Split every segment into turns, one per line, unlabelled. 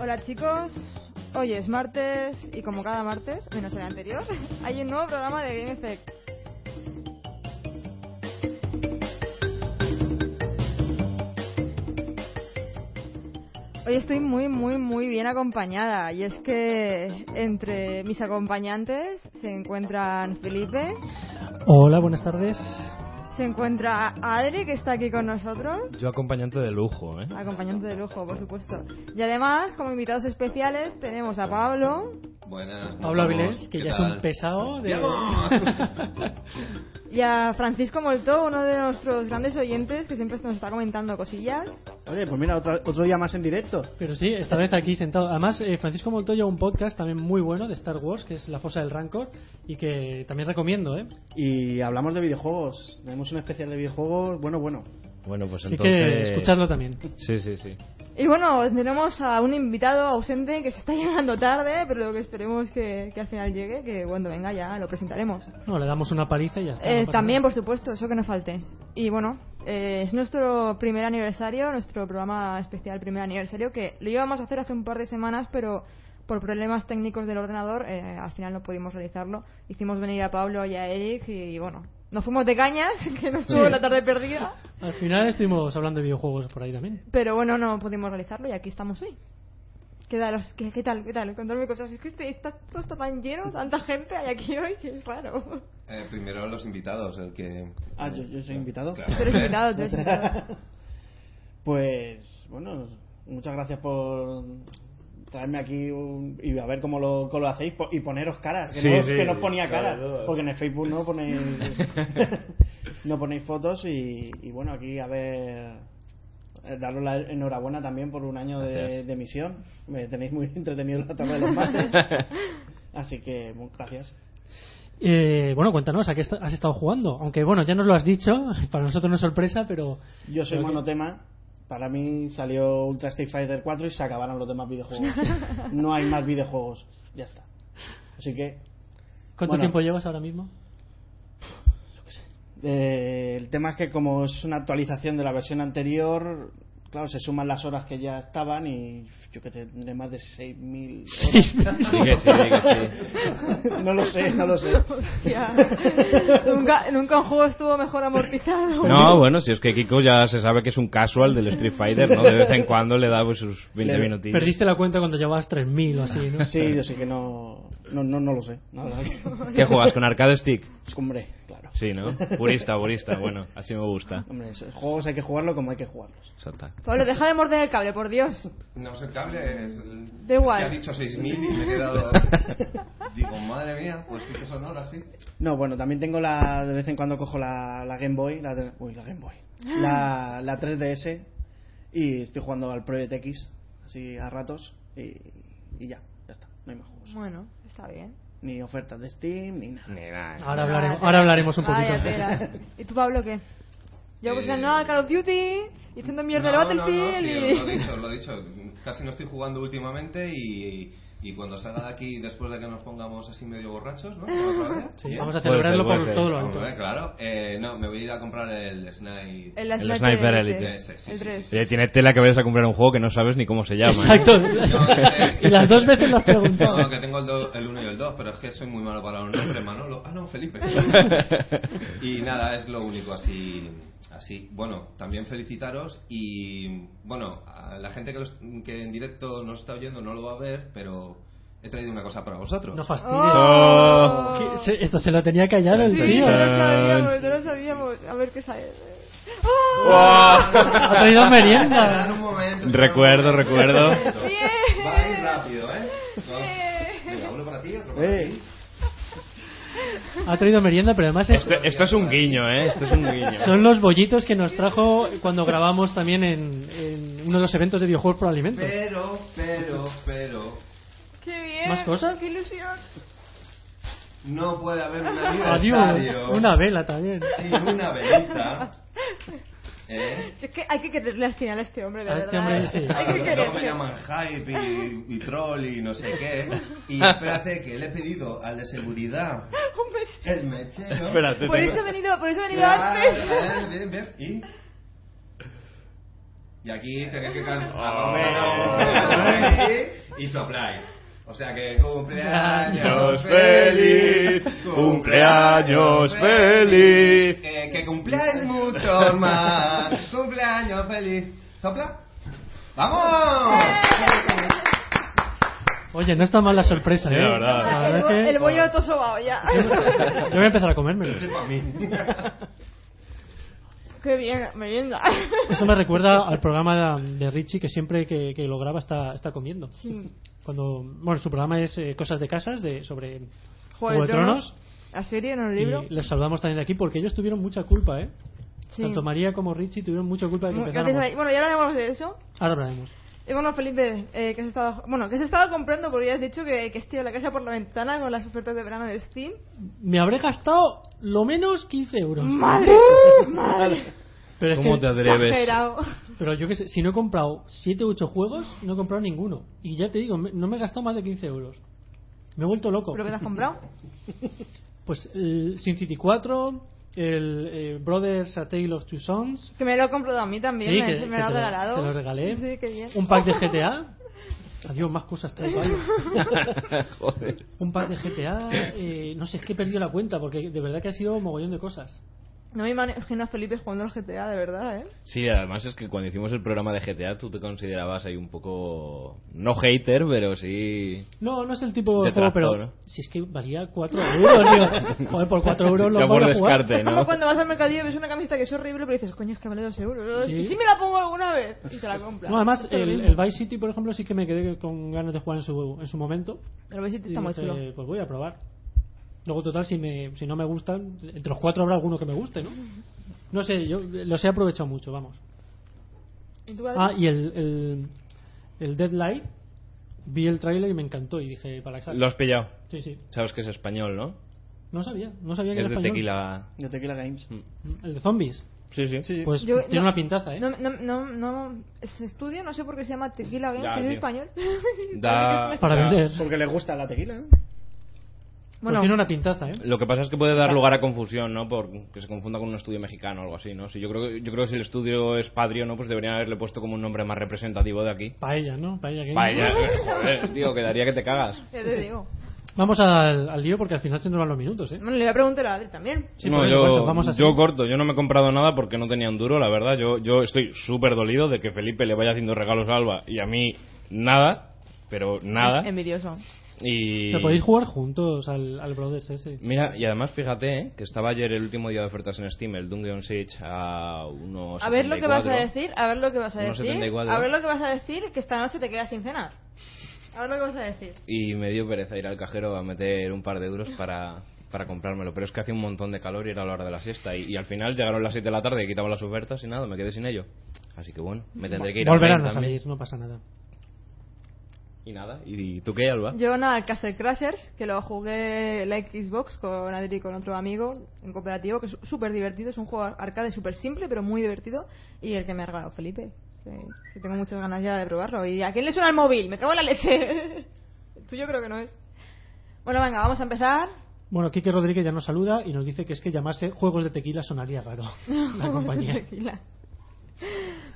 Hola chicos, hoy es martes y como cada martes, menos el anterior, hay un nuevo programa de Game Effect. Hoy estoy muy, muy, muy bien acompañada y es que entre mis acompañantes se encuentran Felipe,
Hola, buenas tardes.
se encuentra Adri que está aquí con nosotros.
Yo acompañante de lujo, ¿eh?
Acompañante de lujo, por supuesto. Y además, como invitados especiales, tenemos a Pablo
Buenas.
Pablo
nos vemos.
Avilés, que
¿Qué
ya
tal?
es un pesado. De...
¡Vamos!
y a Francisco Molto, uno de nuestros grandes oyentes que siempre nos está comentando cosillas.
Oye, pues mira, otra- otro día más en directo.
Pero sí, esta vez aquí sentado. Además, eh, Francisco Montoya, un podcast también muy bueno de Star Wars, que es La Fosa del Rancor, y que también recomiendo, ¿eh?
Y hablamos de videojuegos. Tenemos un especial de videojuegos. Bueno, bueno.
Bueno, pues
Así que
entonces...
escuchadlo también.
Sí, sí, sí.
Y bueno, tenemos a un invitado ausente que se está llegando tarde, pero que esperemos que, que al final llegue, que cuando venga ya lo presentaremos.
No, le damos una paliza y ya está. no
Eh,
pasa
también,
pues nada.
por supuesto, eso que no falte. Y bueno, eh, es nuestro primer aniversario, nuestro programa especial primer aniversario, que lo íbamos a hacer hace un par de semanas, pero por problemas técnicos del ordenador eh, al final no pudimos realizarlo. Hicimos venir a Pablo y a Eric y bueno, nos fuimos de cañas, que nos estuvo
Sí.
la tarde perdida,
Al final estuvimos hablando de videojuegos por ahí también.
pero bueno, no pudimos realizarlo y aquí estamos hoy. ¿Qué tal? os- ¿Qué, qué tal? ¿Qué tal? Contadme cosas. Es que este- está, todo está tan lleno, tanta gente hay aquí hoy que es raro.
Eh, primero los invitados, el que...
Ah, yo- yo soy invitado.
Claro.
Tú eres invitado, tú eres invitado.
Pues, bueno, muchas gracias por traerme aquí un- y a ver cómo lo, cómo lo hacéis po- y poneros caras. Que,
Sí,
no, os-
sí,
que no os ponía
claro,
caras.
claro.
Porque en el Facebook no ponéis, no ponéis fotos y, y bueno, aquí a ver. eh, Daros la enhorabuena también por un año de,
Gracias.
de emisión. Me tenéis muy entretenido la tarde de los martes. Así que, mu- gracias.
Eh, bueno, cuéntanos, ¿a qué est- has estado jugando? Aunque bueno, ya nos lo has dicho, para nosotros no es sorpresa, pero.
Yo soy
pero que-
monotema. Para mí salió Ultra Street Fighter 4 y se acabaron los demás videojuegos. No hay más videojuegos. Ya está. Así que
¿Cuánto
Bueno.
tiempo llevas ahora mismo?
eh, el tema es que como es una actualización de la versión anterior, claro, se suman las horas que ya estaban y yo que sé, tendré más de 6.000 horas.
Sí que sí, sí que sí.
no lo sé, no lo sé.
Hostia. nunca, nunca un juego estuvo mejor amortizado.
No, bueno, si es que Kiko ya se sabe que es un casual del Street Fighter, ¿no? De vez en cuando le da pues, sus 20
Le-
minutillos.
Perdiste la cuenta cuando llevabas 3.000 o así, ¿no?
Sí, yo sí que no, no, no, no lo sé. la verdad que-
¿Qué juegas, con Arcade Stick?
Hombre, claro.
Sí, ¿no? Purista, purista, bueno, así me gusta.
Hombre, esos juegos hay que jugarlo como hay que jugarlos.
Salta.
Pablo, deja de morder el cable, por Dios.
No es el cable, es el...
Da igual.
Ya ha dicho 6.000 y me he quedado... Digo, madre mía, pues sí que son horas, sí.
No, bueno, también tengo la. De vez en cuando cojo la, la Game Boy. La, de- uy, la Game Boy.
Ah.
La, la 3DS. Y estoy jugando al Project X. Así a ratos. Y, y ya, ya está. No hay más juegos.
Bueno, está bien.
Ni ofertas de Steam, ni nada.
Ni nada.
Ahora hablaremos, ahora hablaremos un poquito.
Vaya tela. ¿Y tú, Pablo, qué? Yo, pues,
Eh,
no, al Call of Duty, y echando mierda
No,
al
no, no,
Battlefield
sí,
y-
os lo he dicho, os lo he dicho. Casi no estoy jugando últimamente y, y cuando salga de aquí, después de que nos pongamos así medio borrachos, ¿no? Otra vez,
Sí,
¿Eh?
bien.
vamos a
Puede ser,
celebrarlo
puede
por
ser.
todo lo alto.
Hombre, claro. Eh, no, me voy a ir a comprar el Snipe.
El,
El Sniper Elite.
Ese, sí,
El
sí,
3.
Oye, tiene tela que vayas a comprar un juego que no sabes ni cómo se llama. ¿eh?
Exacto.
No, que-
y las dos veces lo has preguntado.
No, que tengo el, do- el uno y el 2, pero es que soy muy malo para los nombres, Manolo. Ah, no, Felipe. y nada, es lo único así. Así, bueno, también felicitaros y bueno, a la gente que, los- que en directo nos está oyendo no lo va a ver, pero he traído una cosa para vosotros.
No fastidies.
¡Oh!
Que se- Esto se lo tenía callado el
Sí,
tío.
no lo sabíamos, no lo sabíamos. A ver qué sale. ¡Oh!
¡Wow!
Ha traído
Esperad
merienda.
un momento,
Recuerdo,
esperad un
recuerdo.
momento.
Bien.
Va a ir rápido, ¿eh? No.
Bien.
Venga, uno para ti, otro para
¡Eh!
ti.
Ha traído merienda, pero además es-
Esto, esto es un guiño, ¿eh? Esto es un guiño.
son los bollitos que nos trajo cuando grabamos también en, en uno de los eventos de videojuegos por alimentos.
Pero, pero, pero,
¡Qué bien!
¿Más cosas?
¡Qué ilusión!
no puede haber un aniversario
Adiós. Una vela también.
sin una velita. ¿Eh?
Es que hay que quererle al final a este hombre, de
A
verdad.
este hombre, sí.
Hay que
Claro, luego me
quererle.
llaman hype y, y troll y no sé qué. Y espérate, que le he pedido al de seguridad
Hombre,
el mechero.
Espérate,
Por
tengo-
eso he venido, por eso he venido
Claro,
antes.
eh, bien, bien. Y Y aquí tenéis que cantar
Oh.
y sopláis. O sea que
Cumpleaños
cumpleaños
feliz, cumpleaños feliz.
Eh, que cumpláis muchos más. Cumpleaños feliz. ¿Sopla? ¡Vamos!
Eh.
Oye, no está mal la sorpresa,
Sí,
¿eh?
la verdad.
verdad
el,
es que-
bo- el bollo tosobao ya.
Yo voy a empezar a comérmelo.
Qué bien, merienda.
Eso me recuerda al programa de Richie que siempre que, que lo graba está, está comiendo.
Sí.
Cuando, bueno, su programa es eh, Cosas de Casas de, sobre
Juego de Tronos.
Tronos.
La serie, no el
Y
libro.
les saludamos también de aquí porque ellos tuvieron mucha culpa, ¿eh?
Sí.
Tanto María como Richie tuvieron mucha culpa de que
Bueno, gracias a-
empezáramos.
Bueno, ya hablaremos de eso.
Ahora hablaremos.
Y bueno, Felipe, eh, que has estado, bueno, que has estado comprando porque ya has dicho que, que estoy en la casa por la ventana con las ofertas de verano de Steam.
Me habré gastado lo menos 15 euros.
¡Madre! ¡Madre!
Pero, es
¿Cómo
que-
te atreves?
Exagerado.
pero yo que sé, si no he comprado 7 u 8 juegos, no he comprado ninguno. Y ya te digo, me- no me he gastado más de 15 euros. Me he vuelto loco.
¿Pero qué te has comprado?
Pues el Sin City 4, el eh, Brothers A Tale of Two Sons,
Que me lo he comprado a mí también,
Sí,
me, me
que- que
lo has
se lo-
regalado.
te lo regalé.
Sí, qué bien. Oh,
un pack de GTA. Adiós, más cosas traigo ahí.
Joder.
Un pack de GTA. eh, no sé, es que he perdido la cuenta porque de verdad que ha sido mogollón de cosas.
No me imagino a Felipe jugando al GTA, de verdad, ¿eh?
Sí, además es que cuando hicimos el programa de GTA tú te considerabas ahí un poco... No hater, pero sí...
No, no es el tipo de juego,
Detractor,
pero.
¿no?
Si es que valía 4 euros, tío. Joder, por 4 euros lo
ya
voy
por
a jugar.
descarte,
Como
¿no?
cuando vas al mercadillo y ves una camiseta que es horrible, pero dices, coño, es que vale dos euros.
Sí.
¿Y si me la pongo alguna vez? Y te la compras.
No, además,
Esto es lo
el,
mismo.
el Vice City, por ejemplo, sí que me quedé con ganas de jugar en su, en su momento.
El Vice City
Y
está muy
dije,
chulo.
pues voy a probar. Luego, total, si, me, si no me gustan, entre los cuatro habrá alguno que me guste, ¿no? No sé, yo los he aprovechado mucho, vamos.
¿Y tú, Adri?
Ah, y el, el, el Deadlight, vi el tráiler y me encantó y dije, para exacto.
Lo has pillado.
Sí, sí.
Sabes que es español, ¿no?
No sabía, no sabía que era
es de
español. Mm,
tequila.
Mm.
De Tequila Games.
El de zombies.
Sí, sí.
Sí, sí.
Pues
Yo-
tiene
no-
una pintaza, ¿eh?
No, no, no, no, ese estudio, no sé por qué se llama Tequila Games,
Ya,
es
tío.
español.
Da,
Para
da-
vender.
Porque le gusta la tequila. ¿eh?
Pues
bueno,
tiene una pintaza, ¿eh?
Lo que pasa es que puede dar lugar a confusión, ¿no? Por que se confunda con un estudio mexicano o algo así, ¿no? Si yo creo que, yo creo que si el estudio es patrio, ¿no? Pues deberían haberle puesto como un nombre más representativo de aquí.
Paella, ¿no? Paella Games.
Vaya, joder, tío, quedaría que te cagas.
ya te digo.
Vamos al, al lío porque al final se nos van los minutos, ¿eh?
Bueno, le voy a preguntar a Adri también.
Sí,
no,
por eso,
yo,
por eso, vamos así.
yo corto, yo no me he comprado nada porque no tenía un duro, la verdad. Yo, yo estoy súper dolido de que Felipe le vaya haciendo regalos a Alba y a mí nada, pero nada.
Envidioso.
Y...
Lo podéis jugar juntos al, al Brothers ese.
Mira, y además fíjate eh, que estaba ayer el último día de ofertas en Steam, el Dungeon Siege a unos.
A ver lo que vas a decir, a ver lo que vas a
Unos
decir.
74.
A ver lo que vas a decir, que esta noche te quedas sin cenar. A ver lo que vas a decir.
Y me dio pereza ir al cajero a meter un par de euros para, para comprármelo. Pero es que hacía un montón de calor y era la hora de la siesta. Y, y al final llegaron las 7 de la tarde y quitaban las ofertas y nada, me quedé sin ello. Así que bueno, me tendré que ir
Volverán
al
a
mail también.
salir, no pasa nada.
Y nada, ¿y tú qué, Alba?
Yo nada, el Castle Crashers, que lo jugué la Xbox con Adri y con otro amigo en cooperativo, que es súper divertido, es un juego arcade súper simple, pero muy divertido, y el que me ha regalado Felipe, que, que tengo muchas ganas ya de probarlo. ¿Y a quién le suena el móvil? Me cago en la leche. El tuyo creo que no es. Bueno, venga, vamos a empezar.
Bueno, Kike Rodríguez ya nos saluda y nos dice que es que llamarse Juegos de Tequila sonaría raro. La compañía.
Tranquila.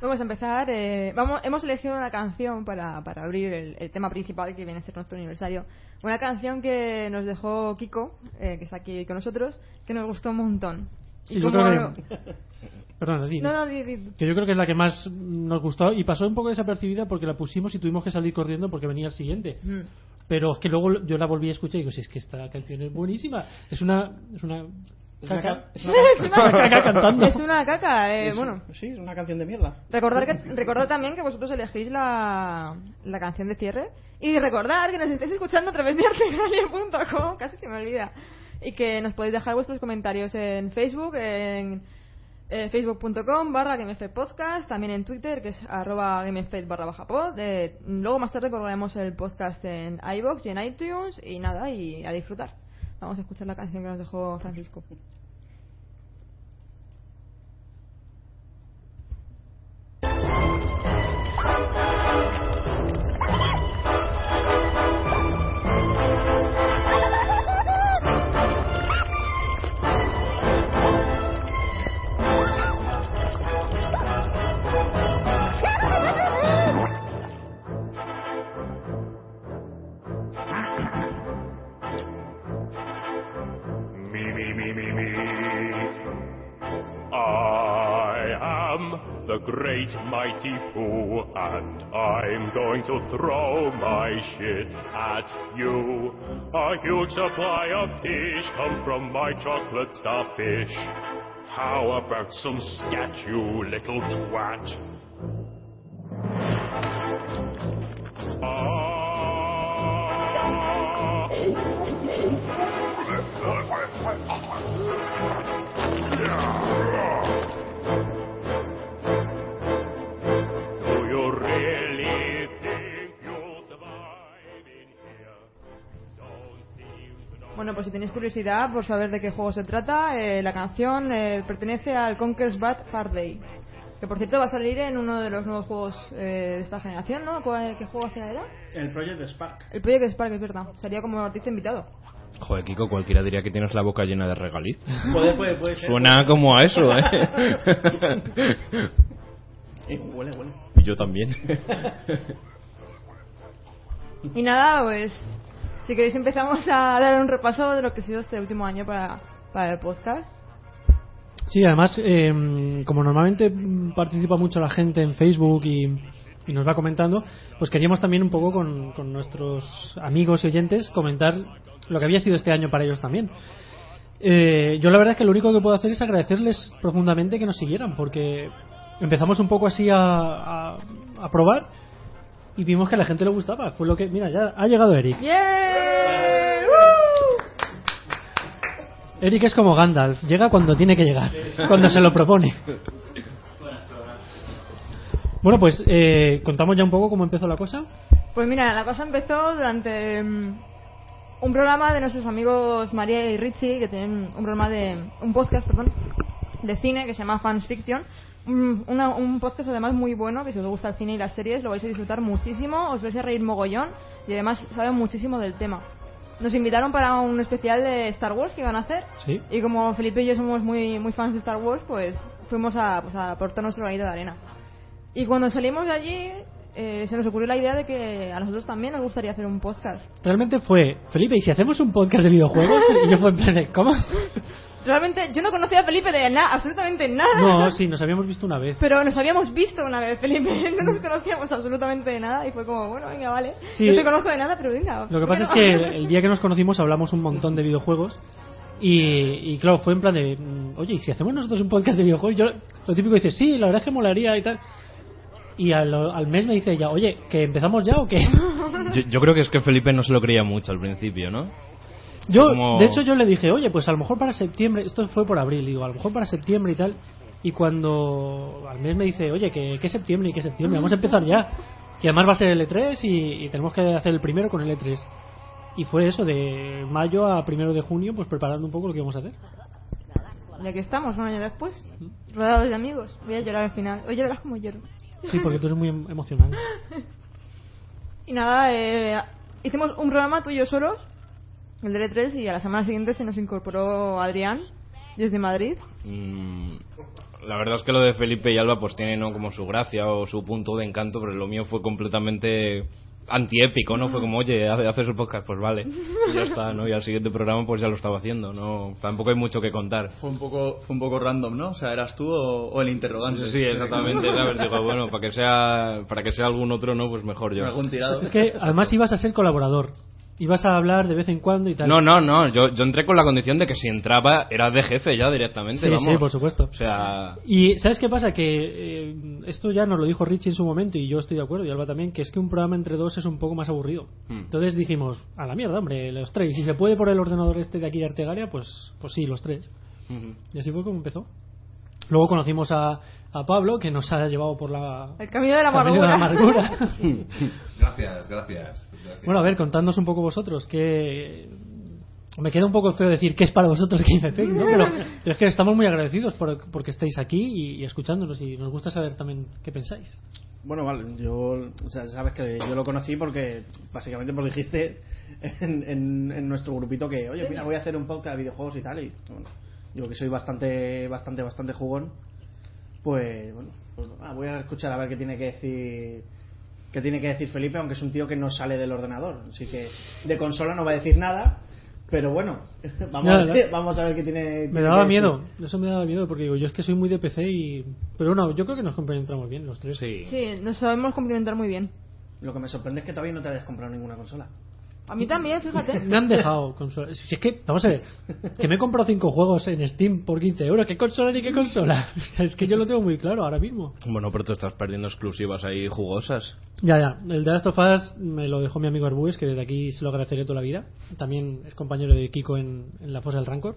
Vamos a empezar. eh, vamos, hemos elegido una canción para, para abrir el, el tema principal que viene a ser nuestro aniversario. Una canción que nos dejó Kiko, eh, que está aquí con nosotros, que nos gustó un montón. Y
Sí, yo
como-
creo que... Perdona, di.
No, no, di- di-
Que yo creo que es la que más nos gustó y pasó un poco desapercibida porque la pusimos y tuvimos que salir corriendo porque venía el siguiente.
Mm.
Pero es que luego yo la volví a escuchar y digo, si es que esta canción es buenísima. Es una... Es una...
Es
caca.
una ca- es una
Es una
Caca cantando.
Es una caca, eh,
Es-
bueno.
Sí, es una canción de mierda.
Recordar, que, recordar también que vosotros elegís la, la canción de cierre y recordar que nos estáis escuchando a través de artegalia.com, casi se me olvida, y que nos podéis dejar vuestros comentarios en Facebook, en eh, facebook.com barra gamefedpodcast, también en Twitter que es arroba gamefed barra baja pod. Eh, luego más tarde colgaremos el podcast en iBox y en iTunes y nada, y a disfrutar. Vamos a escuchar la canción que nos dejó Francisco.
Thank the great mighty fool, and I'm going to throw my shit at you. A huge supply of tish comes from my chocolate starfish. How about some scat, you little twat? Ah. Do you really think you'll survive in here? Don't seem to know.
Bueno, pues si tenéis curiosidad por saber de qué juego se trata, eh, la canción eh, pertenece al Conker's Bad Hard Day. Que por cierto va a salir en uno de los nuevos juegos eh, de esta generación, ¿no? ¿Cuál- ¿Qué juego hace era?
El Project Spark.
El Project Spark, es verdad. Sería como artista invitado.
Joder, Kiko, cualquiera diría que tienes la boca llena de regaliz.
Puede, puede, puede ser.
Suena como a eso, ¿eh?
Eh, huele, huele.
y yo también.
Y nada, pues si queréis empezamos a dar un repaso de lo que ha sido este último año para, para el podcast.
Sí, además, eh, como normalmente mm, participa mucho la gente en Facebook y, y nos va comentando, pues queríamos también un poco con, con nuestros amigos y oyentes comentar lo que había sido este año para ellos también. Eh, yo la verdad es que lo único que puedo hacer es agradecerles profundamente que nos siguieran, porque empezamos un poco así a, a- a probar y vimos que a la gente le gustaba. Fue lo que, mira, ya ha llegado Eric.
¡Bien! ¡Uh!
Eric es como Gandalf, llega cuando tiene que llegar, cuando se lo propone. Bueno, pues eh, contamos ya un poco cómo empezó la cosa.
Pues mira, la cosa empezó durante mm, un programa de nuestros amigos María y Richie, que tienen un programa de. un podcast, perdón, de cine que se llama Fans Fiction. Mm, una- un podcast además muy bueno, que si os gusta el cine y las series lo vais a disfrutar muchísimo, os vais a reír mogollón y además saben muchísimo del tema. Nos invitaron para un especial de Star Wars que iban a hacer
Sí.
y como Felipe y yo somos muy, muy fans de Star Wars, pues fuimos a, pues, a aportar nuestro granito de arena. Y cuando salimos de allí, eh, se nos ocurrió la idea de que a nosotros también nos gustaría hacer un podcast.
Realmente fue, Felipe, ¿y si hacemos un podcast de videojuegos? Y yo fue en plan de, ¿cómo?
Realmente yo no conocía a Felipe de nada, absolutamente nada.
No, sí, nos habíamos visto una vez.
Pero nos habíamos visto una vez, Felipe. No nos conocíamos absolutamente de nada y fue como, bueno, venga, vale.
Sí.
No te conozco de nada, pero venga.
Lo que
¿por
pasa es
no?
que el día que nos conocimos hablamos un montón de videojuegos y, y claro, fue en plan de, mm, oye, ¿y si hacemos nosotros un podcast de videojuegos? Yo lo típico dice, sí, la verdad es que molaría y tal. Y al, al mes me dice ella, oye, ¿que empezamos ya o qué?
Yo, yo creo que es que Felipe no se lo creía mucho al principio, ¿no?
Yo,
Como-
de hecho, yo le dije, oye, pues a lo mejor para septiembre, esto fue por abril, digo, a lo mejor para septiembre y tal. Y cuando al mes me dice, oye, que, que septiembre y que septiembre, vamos a empezar ya. Y además va a ser el E3 y, y tenemos que hacer el primero con el E3. Y fue eso, de mayo a primero de junio, pues preparando un poco lo que íbamos a hacer.
Y aquí estamos, un año después. Rodados de amigos. Voy a llorar al final. Oye, verás cómo lloro.
Sí, porque tú eres muy em- emocionante.
Y nada, eh, hicimos un programa tú y yo solos, el de 3 y a la semana siguiente se nos incorporó Adrián, desde Madrid.
Mm, La verdad es que lo de Felipe y Alba pues tiene no como su gracia o su punto de encanto, pero lo mío fue completamente antiépico, ¿no? Fue como, oye, ha- haces el podcast, pues vale. Y ya está, ¿no? Y al siguiente programa pues ya lo estaba haciendo, ¿no? Tampoco hay mucho que contar.
Fue un poco, fue un poco random, ¿no? O sea, eras tú o, o el
Pues
interrogante.
Sí, exactamente, ¿sabes? Digo, bueno, para que sea para que sea algún otro, ¿no? Pues mejor yo.
Algún tirado.
Es que además ibas a ser colaborador. Ibas a hablar de vez en cuando y tal.
No, no, no, yo, yo entré con la condición de que si entraba era de jefe ya directamente,
Sí,
vamos.
sí, por supuesto.
O sea,
Y ¿sabes qué pasa? Que eh, esto ya nos lo dijo Richie en su momento y yo estoy de acuerdo y Alba también, que es que un programa entre dos es un poco más aburrido.
Hmm.
Entonces dijimos, a la mierda, hombre, los tres. Y si se puede por el ordenador este de aquí de Artegaria, pues, pues sí, los tres. Y así fue como empezó. Luego conocimos a, a Pablo, que nos ha llevado por la...
El camino de la
camino
amargura.
de la amargura.
Gracias, gracias. gracias.
bueno, a ver, contadnos un poco vosotros, que... Me queda un poco feo decir que es para vosotros Game Effect, ¿no? Pero es que estamos muy agradecidos por, porque estéis aquí y- y escuchándonos y nos gusta saber también qué pensáis.
Bueno, vale, yo, o sea, sabes que yo lo conocí porque, básicamente, porque dijiste en, en- en nuestro grupito que, oye, mira, voy a hacer un podcast de videojuegos y tal, y bueno, yo que soy bastante, bastante, bastante jugón, pues, bueno, pues, ah, voy a escuchar a ver qué tiene que decir, qué tiene que decir Felipe, aunque es un tío que no sale del ordenador, así que de consola no va a decir nada, Pero bueno, vamos,
Ya,
a, ver,
ya.
vamos a ver qué tiene.
Me daba miedo, eso me daba miedo porque digo, yo es que soy muy de PC y... Pero bueno, yo creo que nos compenetramos bien los tres.
Sí.
Sí, nos sabemos complementar muy bien.
Lo que me sorprende es que todavía no te hayas comprado ninguna consola.
A mí también, fíjate.
Me han dejado consolas. Si es que, vamos a ver, que me he comprado cinco juegos en Steam por 15 euros. ¿Qué consola ni qué consola? O sea, Es que yo lo tengo muy claro ahora mismo.
Bueno, pero te estás perdiendo exclusivas ahí jugosas.
Ya, ya. El de Last of Us me lo dejó mi amigo Arbues, que desde aquí se lo agradeceré toda la vida. También es compañero de Kiko en, en la fosa del Rancor.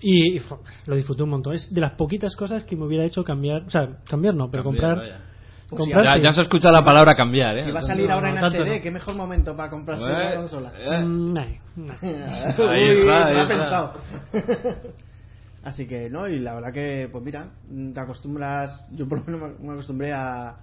Y, y fue- lo disfruté un montón. Es de las poquitas cosas que me hubiera hecho cambiar. O sea, cambiar no, pero
Cambiar,
comprar.
vaya.
Pues sí,
comprar
Ya,
sí.
ya se ha escuchado la palabra cambiar, ¿eh?
Si va a salir
no,
ahora en
no, tanto
HD,
no.
qué mejor momento para comprarse una
Eh,
consola.
eh.
Mm, nah, nah.
Ahí
Uy,
está,
se
ahí
lo ha
está.
pensado. Así que, no, y la verdad que, pues mira, te acostumbras. Yo por lo menos me- me acostumbré a.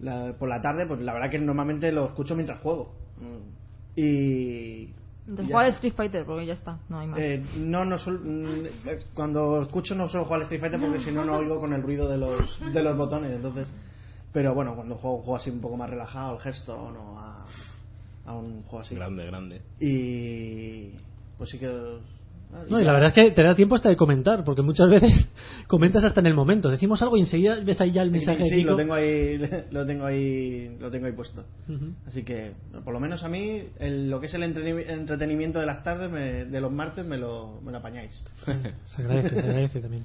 la- por la tarde, pues la verdad que normalmente lo escucho mientras juego. Mm. Y.
Entonces,
y ya
juega al
está.
Street Fighter, porque ya está, no hay más.
Eh, no, no suel- mm, eh, cuando escucho no suelo jugar al Street Fighter porque si no, no oigo con el ruido de los, de los botones. Entonces, pero bueno, cuando juego, juego así un poco más relajado, al Hearthstone o a, a un juego así.
Grande, grande.
Y pues sí que. os- ah,
No, y la verdad es que te da tiempo hasta de comentar, porque muchas veces comentas hasta en el momento. Decimos algo y enseguida ves ahí ya el
Sí,
mensaje. de
sí, lo
Kiko.
tengo ahí, lo tengo ahí, lo tengo ahí puesto.
Ujú.
Así que, por lo menos a mí, el- lo que es el entreni- entretenimiento de las tardes, me- de los martes, me lo, me lo apañáis.
Se agradece, se agradece también.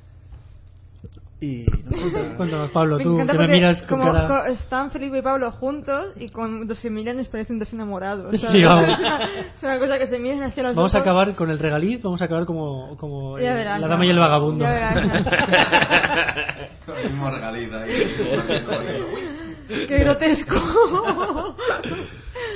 Y no,
Cuéntanos, Pablo,
me
tú
encanta
que me
porque
miras con
como
cara.
co- están Felipe y Pablo juntos y con dos se miran les parecen dos enamorados. ¿sabes?
Sí, vamos.
es una cosa que se miran así a los
Vamos a
ojos.
acabar con el regaliz, vamos a acabar como, como
Ya
eh,
verás,
la
ya
dama y el
verás.
vagabundo.
Ya verás.
Con el mismo regalito ahí.
Qué grotesco.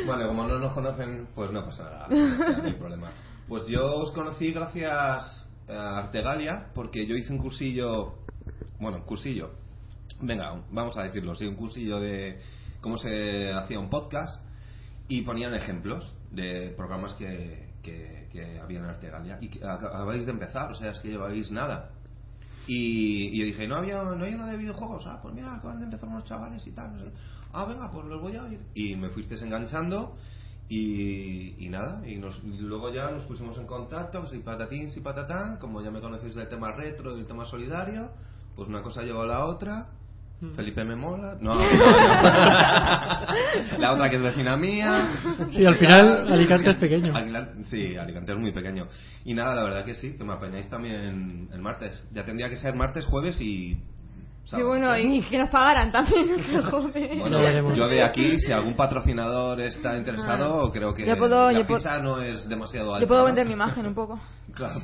Bueno, como no nos conocen, pues no pasa nada, no hay problema. Pues yo os conocí gracias a Artegalia, porque yo hice un cursillo, bueno, un cursillo, venga, vamos a decirlo, sí, un cursillo de cómo se hacía un podcast y ponían ejemplos de programas que, que, que había en Artegalia y que ac- acabáis de empezar, o sea, es que lleváis nada. Y, y yo dije, ¿no había no hay nada de videojuegos? Ah, pues mira, acaban de empezar unos chavales y tal. no sé. Ah, venga, pues los voy a oír. Y me fuiste enganchando y, y nada. Y, nos- y luego ya nos pusimos en contacto, si patatín, si patatán. Como ya me conocéis del tema retro, del tema solidario, pues una cosa llevó a la otra.
Hmm.
Felipe me mola. No, no, no. la otra que es vecina mía.
Sí, al final Alicante es pequeño.
Alicante- sí, Alicante es muy pequeño. Y nada, la verdad que sí, que me apañáis también el martes. Ya tendría que ser martes, jueves y.
y
sábado.
bueno, y que nos pagaran también. qué joder.
Bueno,
Ya veremos.
yo de aquí, si algún patrocinador está interesado, creo que
Yo puedo-
la
yo puedo-
ficha no es demasiado alta.
Yo puedo
¿no?
vender mi imagen un poco.
Claro.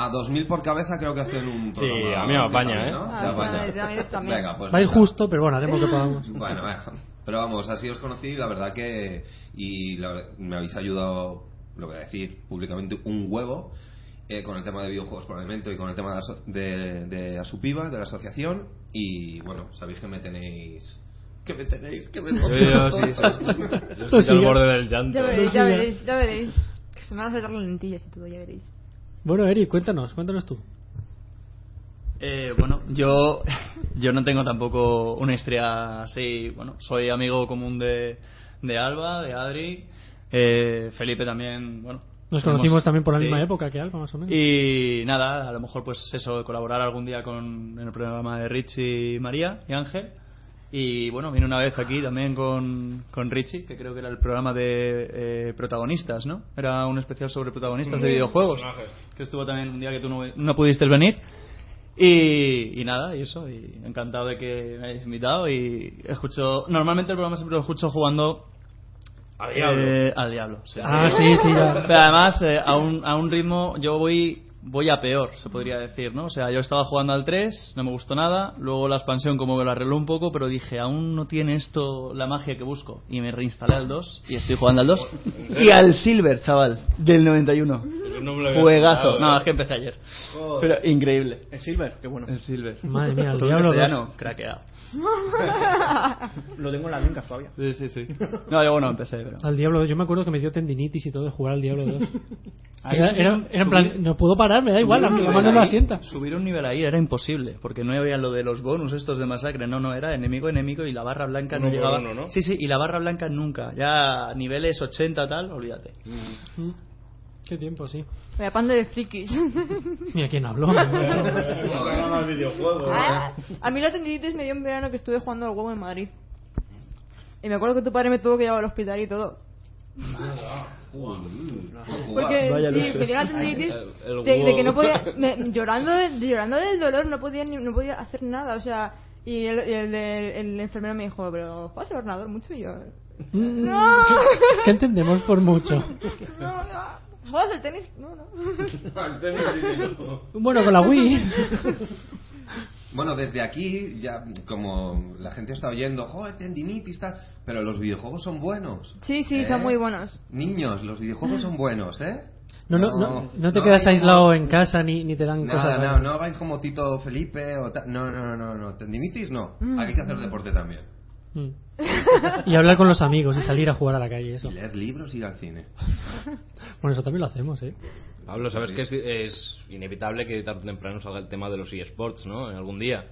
A 2.000 por cabeza creo que hacen un
Sí,
programa.
a mí me apaña,
¿no?
¿eh?
Ah,
Te
bueno,
apaña.
ya me- también.
Venga, pues
Va a ir
nada.
justo, pero bueno, haremos lo que podamos.
Bueno, eh, pero vamos, así os conocí, la verdad que. Y la ver- me habéis ayudado, lo voy a decir públicamente, un huevo eh, con el tema de videojuegos por alimento y con el tema de, la aso- de, de Asupiva, de la asociación. Y bueno, sabéis que me tenéis. Que me tenéis, que me
Yo,
Pues,
sí, sí. Yo estoy
Sí.
al borde del llanto.
Ya veréis,
sí,
ya
ya.
veréis, ya veréis. Que se me van a saltar las lentillas y todo, ya veréis.
Bueno, Eric, cuéntanos, cuéntanos tú.
Eh, bueno, yo, yo no tengo tampoco una historia así. Bueno, soy amigo común de, de Alba, de Adri. eh, Felipe también, bueno.
Nos
hemos-
conocimos también por la
sí.
misma época que Alba, más o menos.
Y nada, a lo mejor pues eso, colaborar algún día con en el programa de Richie, María y Ángel. Y bueno, vine una vez aquí también con, con Richie, que creo que era el programa de eh, protagonistas, ¿no? Era un especial sobre protagonistas de videojuegos, que estuvo también un día que tú no, no pudiste venir. Y, y nada, y eso, y encantado de que me hayáis invitado y escucho, normalmente el programa siempre lo escucho jugando
Al diablo.
eh, al diablo, sí.
Ah, sí, sí, ya.
Pero además, eh, a, un, a un ritmo, yo voy voy a peor, se podría decir, ¿no? O sea, yo estaba jugando al 3, no me gustó nada, luego la expansión como me lo arregló un poco, pero dije, aún no tiene esto la magia que busco. Y me reinstalé al 2 y estoy jugando al 2. Y al Silver, chaval, del 91.
Pero no me lo había
Juegazo.
esperado,
No,
¿eh?
es que empecé ayer. Pero increíble.
el Silver, qué bueno.
El Oh. Silver.
Madre mía, el
Todo en
diablo
castellano, craqueado.
Lo tengo en las lincas todavía.
Sí, sí, sí. No, yo bueno, empecé, pero...
Al Diablo 2, yo me acuerdo que me dio tendinitis y todo de jugar al Diablo 2.
Ahí
Era, era-
subir-
era en plan, no puedo parar, me da igual, aunque la mano no
Ahí,
la sienta.
Subir un nivel ahí era imposible, porque no había lo de los bonus estos de masacre, no, no, era enemigo, enemigo y la barra blanca
Uno
no
por
llegaba.
uno, ¿no?
Sí, sí, y la barra blanca nunca, ya niveles 80 tal, olvídate.
Mm. Qué tiempo, sí.
Vaya pan de frikis.
¿Y a quién habló?
Programa de videojuegos.
Ah, a mí la tendinitis me dio en verano que estuve jugando al huevo en Madrid. Y me acuerdo que tu padre me tuvo que llevar al hospital y todo. Porque
Vaya
sí,
loser.
me dio la tendinitis
El- el
de, de que no
huevo.
podía, me- llorando, de- llorando del dolor, no podía ni- no podía hacer nada, o sea, y el, y el, de- el enfermero me dijo, pero juegas al ordenador mucho y yo,
Mm,
No.
¿qué, qué entendemos por mucho?
no, no, juegas al tenis, no, no.
Bueno, con la Wii.
Bueno, desde aquí, ya como la gente está oyendo, joder, tendinitis, tal, pero los videojuegos son buenos.
Sí, sí,
¿eh?
son muy buenos.
Niños, los videojuegos son buenos, ¿eh?
No, no, no, no te
no
quedas
hagáis
aislado
nada-
en casa ni, ni te dan
Nada,
cosas.
no, no hagáis como Tito Felipe o tal. No, no, no, no, tendinitis no. Hay que hacer deporte también.
Mm. Y hablar con los amigos y salir a jugar a la calle,
Y
eso.
leer libros y ir al cine.
Bueno, eso también lo hacemos, ¿eh?
Pablo, ¿sabes que es, es inevitable que tarde o temprano salga el tema de los eSports, ¿no? En algún día.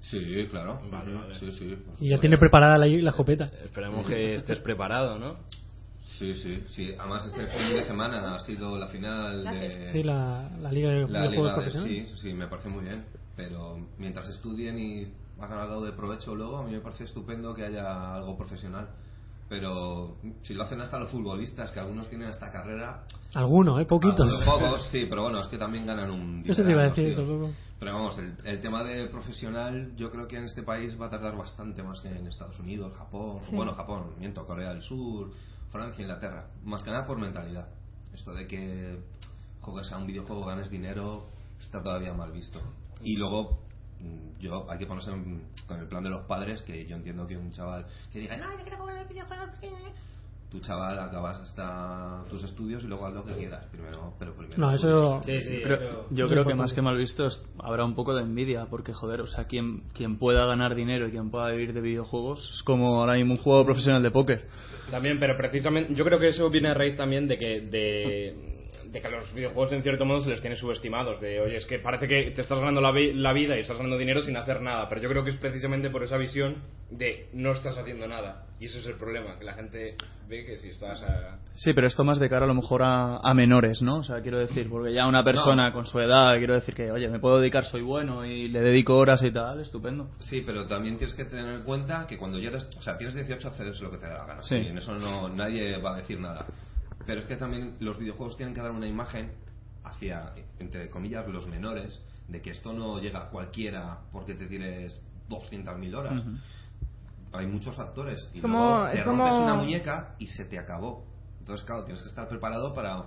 Sí, claro. Sí, sí.
Y ya
por supuesto.
tiene preparada la, la escopeta.
Esperemos que estés preparado, ¿no?
Sí, sí, sí. Además, este fin de semana ha sido la final de
Sí, la, la Liga de
la
Juegos
Liga de...
Profesionales.
Sí, sí, me parece muy bien. Pero mientras estudien y hagan algo de provecho luego, a mí me parece estupendo que haya algo profesional. Pero si lo hacen hasta los futbolistas, que algunos tienen hasta carrera,
Alguno, ¿eh? Poquitos.
Algunos pocos, sí, pero bueno, es que también ganan un
Eso te iba a
dineral,
decir,
los tíos.
tampoco.
Pero vamos, el, el tema de profesional yo creo que en este país va a tardar bastante más que en Estados Unidos, Japón,
Sí.
bueno, Japón, miento, Corea del Sur, Francia, Inglaterra. Más que nada por mentalidad. Esto de que juegues a un videojuego, ganes dinero, está todavía mal visto. Y luego, mm, yo, hay que ponerse en- con el plan de los padres, que yo entiendo que un chaval que diga, no, yo quiero jugar al videojuego, ¿por qué?". tu chaval acabas hasta tus estudios y luego haz lo que quieras. Primero, pero primero.
No, eso.
Yo creo, yo
Es
creo que
importante.
más que mal visto es- habrá un poco de envidia, porque joder, o sea, quien, quien pueda ganar dinero y quien pueda vivir de videojuegos es como ahora mismo un jugador profesional de póker.
También, pero precisamente, yo creo que eso viene a raíz también de que, de, de que a los videojuegos en cierto modo se les tiene subestimados. De, oye, es que parece que te estás ganando la, vi- la vida y estás ganando dinero sin hacer nada. Pero yo creo que es precisamente por esa visión de no estás haciendo nada. Y eso es el problema, que la gente ve que si estás a...
Sí, pero esto más de cara a lo mejor a, a menores, ¿no? O sea, quiero decir, porque ya una persona con su edad, quiero decir que, oye, me puedo dedicar, soy bueno y le dedico horas y tal, estupendo.
Sí, pero también tienes que tener en cuenta que cuando ya eres, o sea, tienes 18 haces lo que te da la gana.
Sí.
Sí. en eso no nadie va a decir nada. Pero es que también los videojuegos tienen que dar una imagen hacia entre comillas los menores de que esto no llega a cualquiera porque te tires 200.000 horas.
Ujú.
Hay muchos factores y
Es como-
luego te
es
rompes
como-
una muñeca y se te acabó. Entonces, claro, tienes que estar preparado para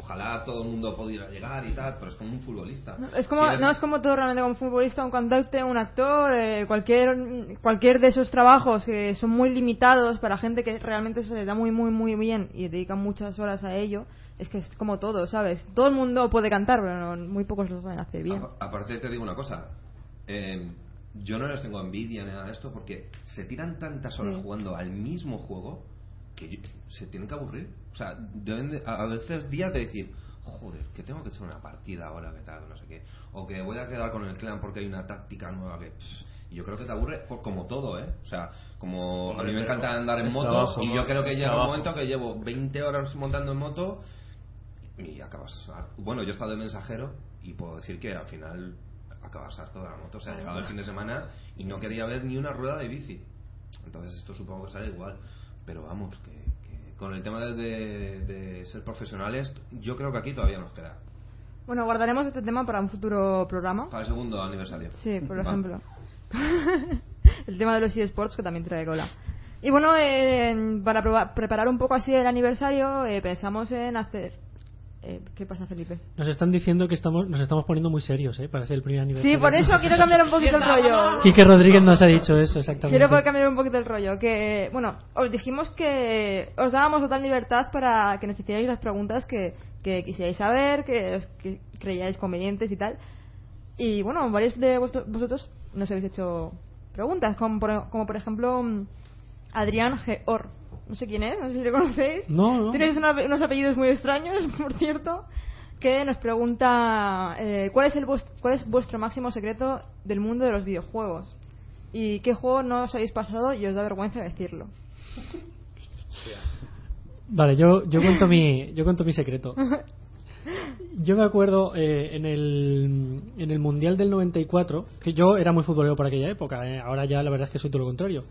ojalá todo el mundo pudiera llegar y tal, pero es como un futbolista.
No, Es como,
Si eres-
no es como todo realmente, como un futbolista, un cantante, un actor, eh, cualquier, cualquier de esos trabajos que son muy limitados para gente que realmente se les da muy, muy, muy bien y dedica muchas horas a ello, es que es como todo, ¿sabes? Todo el mundo puede cantar, pero no- muy pocos lo saben hacer bien.
Apa- Aparte te digo una cosa, eh, yo no les tengo envidia ni nada de esto porque se tiran tantas horas
Sí.
jugando al mismo juego que yo- se tienen que aburrir. O sea, deben de- a a veces días de decir, joder, que tengo que echar una partida ahora, que tal, no sé qué. O que voy a quedar con el clan porque hay una táctica nueva que... pff, y yo creo que te aburre por- como todo, ¿eh? O sea, como a mí me encanta andar en
es
moto
trabajo,
y
¿no?
yo creo que
Es
llega un
trabajo.
momento que llevo 20 horas montando en moto y acabas harto. bueno yo he estado de mensajero y puedo decir que al final acabas harto de la moto o sea he llegado el fin de semana y no quería ver ni una rueda de bici entonces esto supongo que será igual pero vamos que, que con el tema de, de- de ser profesionales yo creo que aquí todavía nos queda
Bueno, guardaremos este tema para un futuro programa.
para el segundo aniversario
Sí, por
Va.
ejemplo. el tema de los eSports que también trae cola. Y bueno, eh, en- para proba- preparar un poco así el aniversario, eh, pensamos en hacer... eh, ¿Qué pasa, Felipe?
Nos están diciendo que estamos, nos estamos poniendo muy serios, ¿eh? Para ser el primer aniversario.
Sí, por eso quiero cambiar un poquito el rollo.
Y que Rodríguez nos ha dicho eso, exactamente.
Quiero cambiar un poquito el rollo. Que, bueno, os dijimos que os dábamos total libertad para que nos hicierais las preguntas que, que quisierais saber, que, os- que creíais convenientes y tal. Y bueno, varios de vuestro- vosotros nos habéis hecho preguntas, como por, como por ejemplo mm, Adrián Geor. No sé quién es, no sé si le conocéis.
No, no.
Tienes una- unos apellidos muy extraños, por cierto, que nos pregunta eh, ¿cuál, es el vuest- cuál es vuestro máximo secreto del mundo de los videojuegos. ¿Y qué juego no os habéis pasado y os da vergüenza decirlo?
Vale, yo, yo, cuento mi, yo cuento mi secreto. Yo me acuerdo eh, en, el, en el Mundial del 94, que yo era muy futbolero por aquella época, eh, ahora ya la verdad es que soy todo lo contrario.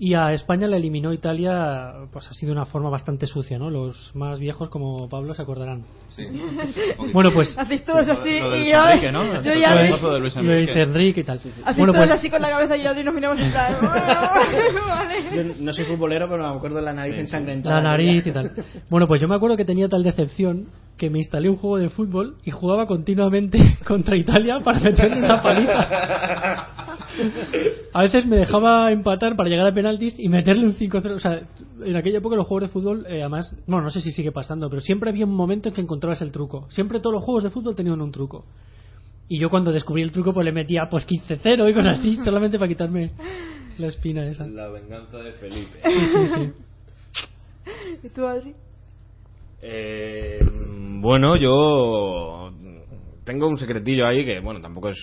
Y a España la eliminó Italia, pues así de una forma bastante sucia, ¿no? Los más viejos como Pablo se acordarán.
Sí. un poquito.
Bueno, pues
Hacéis todos
Lo-
así
Lo de
y
Luis
yo,
Enrique, ¿no?
yo ya
Lo
vi-
de- lo de Luis
lo
Enrique.
dice Enrique y tal.
Hacéis
Bueno,
todos
pues
así con la cabeza y Adri nos miramos en plan.
Yo
vale.
no soy futbolero, pero me acuerdo de la nariz ensangrentada.
la nariz y tal. Bueno, pues yo me acuerdo que tenía tal decepción que me instalé un juego de fútbol y jugaba continuamente contra Italia para meterle una paliza. A veces me dejaba empatar para llegar a penaltis y meterle un 5-0. O sea, en aquella época los juegos de fútbol, eh, además, bueno, no sé si sigue pasando, pero siempre había un momento en que encontrabas el truco. Siempre todos los juegos de fútbol tenían un truco. Y yo cuando descubrí el truco, pues le metía pues 15-0 y cosas así, solamente para quitarme la espina esa.
La venganza de Felipe.
Sí, sí.
¿Y tú, Adri?
Eh, bueno, yo tengo un secretillo ahí que, bueno, tampoco es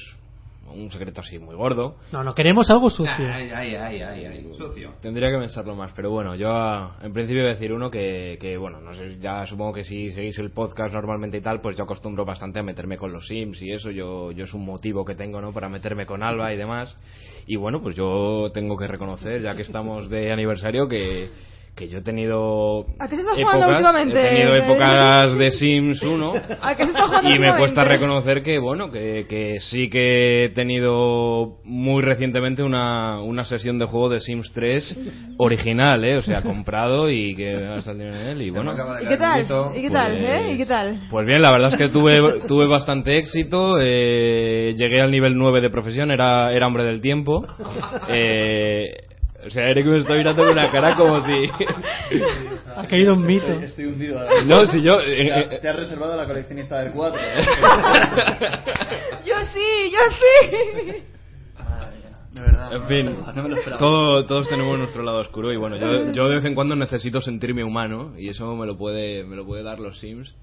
un secreto así muy gordo.
No, no, queremos algo sucio.
Ah,
Ay, ay, ay, ay, ay. Sucio.
Tendría que pensarlo más, pero bueno, yo ah, en principio voy a decir uno que, que, bueno, no sé, ya supongo que si seguís el podcast normalmente y tal, pues yo acostumbro bastante a meterme con los Sims y eso, yo, yo es un motivo que tengo, ¿no?, para meterme con Alba y demás. Y bueno, pues yo tengo que reconocer, ya que estamos de aniversario, que, que yo he tenido
¿A qué se está jugando últimamente?
he tenido épocas de Sims 1
¿A qué se está jugando
y me cuesta
últimamente?
reconocer que, bueno, que, que sí que he tenido muy recientemente una, una sesión de juego de Sims 3 original, ¿eh? O sea, comprado y que ha salido en él y
Se me
bueno...
acaba de
¿Y
caer
qué
un
tal?
grito.
¿Y qué tal?
pues-
¿Eh? ¿Y qué tal?
Pues bien, la verdad es que tuve, tuve bastante éxito. eh, llegué al nivel 9 de profesión, era, era hombre del tiempo. eh, o sea, Eric me está mirando con una cara como si.
Ha caído un mito.
Estoy hundido ahora.
No, si yo. eh,
Te ha-
eh,
te has reservado la coleccionista del ¿eh? 4.
Yo sí, yo sí.
De verdad.
En fin,
No me lo esperaba.
todo- todos tenemos nuestro lado oscuro y bueno, yo, yo de vez en cuando necesito sentirme humano y eso me lo puede, me lo puede dar los Sims.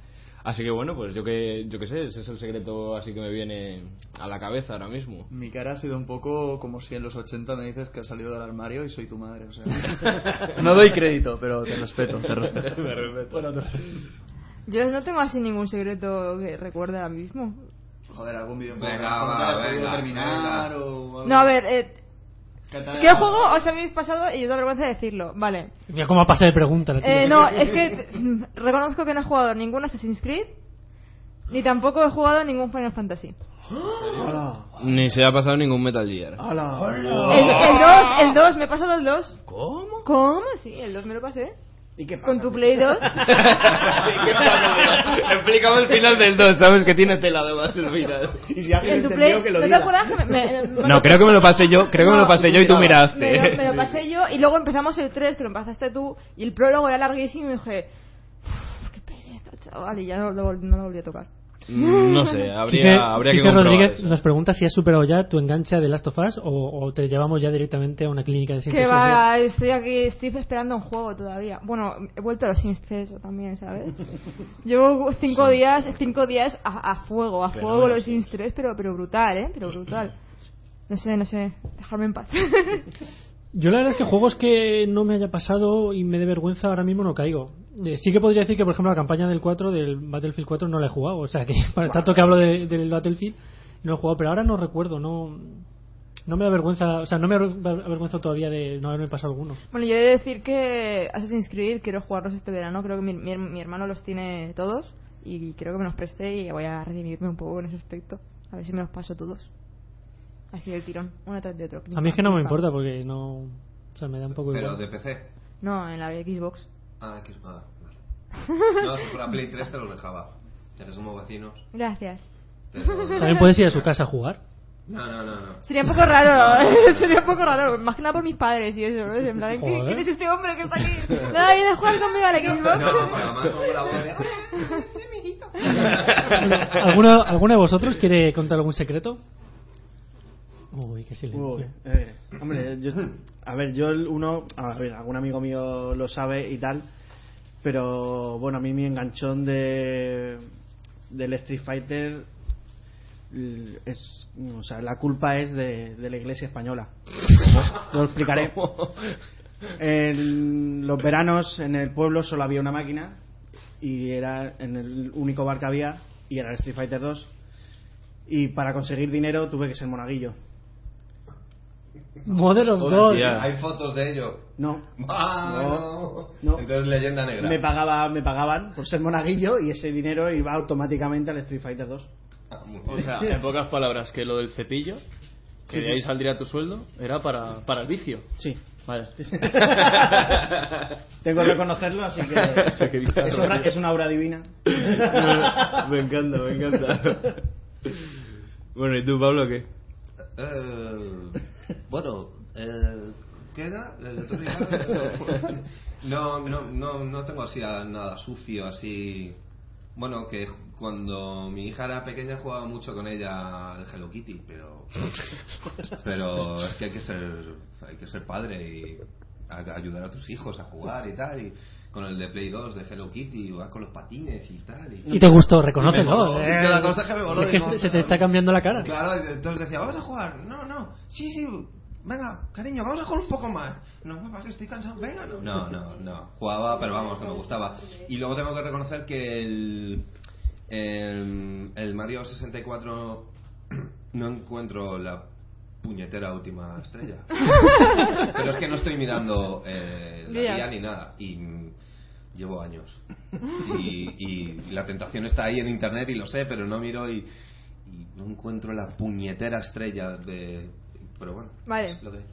Así que bueno, pues yo que, yo que sé, ese es el secreto así que me viene a la cabeza ahora mismo.
Mi cara ha sido un poco como si en los 80 me dices que has salido del armario y soy tu madre. O sea, no doy crédito, pero te respeto, te respeto. Bueno, no.
Yo no tengo así ningún secreto que recuerde ahora mismo.
Joder, algún videojuego.
Venga,
que a lo mejor
va,
no te hayas podido
venga,
terminar
venga.
o algo.
No, a ver, eh,
Catana-
¿qué juego os habéis pasado? Y os da vergüenza decirlo. Vale.
Mira cómo pasa de pregunta. la tía.
Eh, no, es que mm, reconozco que no he jugado ningún Assassin's Creed, ni tampoco he jugado ningún Final Fantasy.
Hola.
Ni se ha pasado ningún Metal Gear.
Hola.
El, el 2, el 2, me he pasado el 2.
¿Cómo?
¿Cómo? Sí, el 2 me lo pasé.
¿Y qué pasa?
Con tu Play 2.
Explícame el final del 2, sabes que tiene tela además el final.
Y si alguien
En tu Play.
entendió, que lo
¿No te
diga.
acuerdas? que me- me- me
No, creo que me lo pasé yo, creo que me lo pasé yo y tú
Me lo, me
miraste.
lo pasé yo y luego empezamos el 3, que lo empezaste tú, y el prólogo era larguísimo y dije, "Uf, qué pereza, chaval, y ya no, lo vol- no lo volví a tocar.
No sé,
Quique-
habría, habría que
Quique
comprobar.
Rodríguez
eso.
nos pregunta si has superado ya tu engancha de Last of Us o, o te llevamos ya directamente a una clínica de
Que
ciencias sociales.
va, estoy aquí, estoy esperando un juego todavía. Bueno, he vuelto a los Sims 3 o también, ¿sabes? Llevo cinco días, cinco días a, a fuego, a fuego con los Sims 3, pero, pero brutal, ¿eh? Pero brutal. No sé, no sé, dejarme en paz.
Yo la verdad es que juegos que no me haya pasado y me dé vergüenza ahora mismo no caigo. Eh, sí que podría decir que, por ejemplo, la campaña del 4, del Battlefield 4, no la he jugado. O sea, que para tanto que hablo de- del Battlefield, no lo he jugado. Pero ahora no recuerdo, no... No me da vergüenza, o sea, no me aver- avergüenza todavía de no haberme pasado alguno.
Bueno, yo he de decir que Assassin's Creed quiero jugarlos este verano. Creo que mi, mi her- mi hermano los tiene todos y creo que me los presté y voy a redimirme un poco en ese aspecto. A ver si me los paso todos. Así del tirón, uno tras de otro.
A mí es que no me
Pim, pam,
importa porque no... O sea, me da un poco
Pero
igual.
de PC.
pim. No, en la Xbox.
Ah, que es mala. No, si fuera Play 3 te los dejaba. Ya que somos vecinos.
Gracias.
pero-
También puedes ir a su casa a jugar.
No, no, no, no.
Sería un poco raro, sería un poco raro, más que nada por mis padres y eso, ¿no? En plan, ¿qué-
Joder.
¿quién es este hombre que está aquí? No, viene a jugar conmigo a la Xbox.
No, ¿eh? pero además con la voz de...
¿Alguno, ¿Alguno de vosotros quiere contar algún secreto? Uy, qué silencio.
Uy, eh, hombre, yo, a ver, yo el uno, a ver, algún amigo mío lo sabe y tal, pero bueno, a mí mi enganchón de del Street Fighter l- es, o sea, la culpa es de, de la Iglesia española. Os lo explicaré. En los veranos en el pueblo solo había una máquina y era en el único bar que había y era el Street Fighter 2 y para conseguir dinero tuve que ser monaguillo.
Mother of God.
Hostia.
Hay fotos de ello.
No,
Ah,
No.
Entonces leyenda negra.
me pagaba, me pagaban por ser monaguillo y ese dinero iba automáticamente al Street Fighter 2.
Ah, muy
O
bien.
sea, en pocas palabras, que lo del cepillo, que de ahí saldría tu sueldo, era para, para el vicio.
Sí.
Vaya.
Tengo que reconocerlo, así que es, obra- es una obra divina.
me encanta, me encanta.
Bueno, ¿y tú, Pablo, qué?
Eh, bueno, eh, ¿qué era? ¿El de Tony Carver? No, no, no, no tengo así a- nada sucio, así. Bueno, que cuando mi hija era pequeña jugaba mucho con ella al Hello Kitty, pero. Pero es que hay que ser, hay que ser padre y a- ayudar a tus hijos a jugar y tal. Y con el de Play 2 de Hello Kitty, vas con los patines y tal.
Y te gustó,
Y me
reconócelo.
moló.
eh.
Es que la cosa es que me moló,
Es que
digo,
se te está cambiando la cara.
Claro, y entonces decía, vamos a jugar. No, no, sí, sí, venga, cariño, vamos a jugar un poco más. No, papá, que estoy cansado, venga. No, no, no, no. jugaba, pero vamos, que me gustaba. Y luego tengo que reconocer que el, el, el Mario 64 no encuentro la puñetera última estrella. pero es que no estoy mirando eh, la
Ya.
guía ni nada. Y mm, llevo años. Y, y la tentación está ahí en internet y lo sé, pero no miro y, y no encuentro la puñetera estrella de... Pero bueno.
Vale.
es lo que-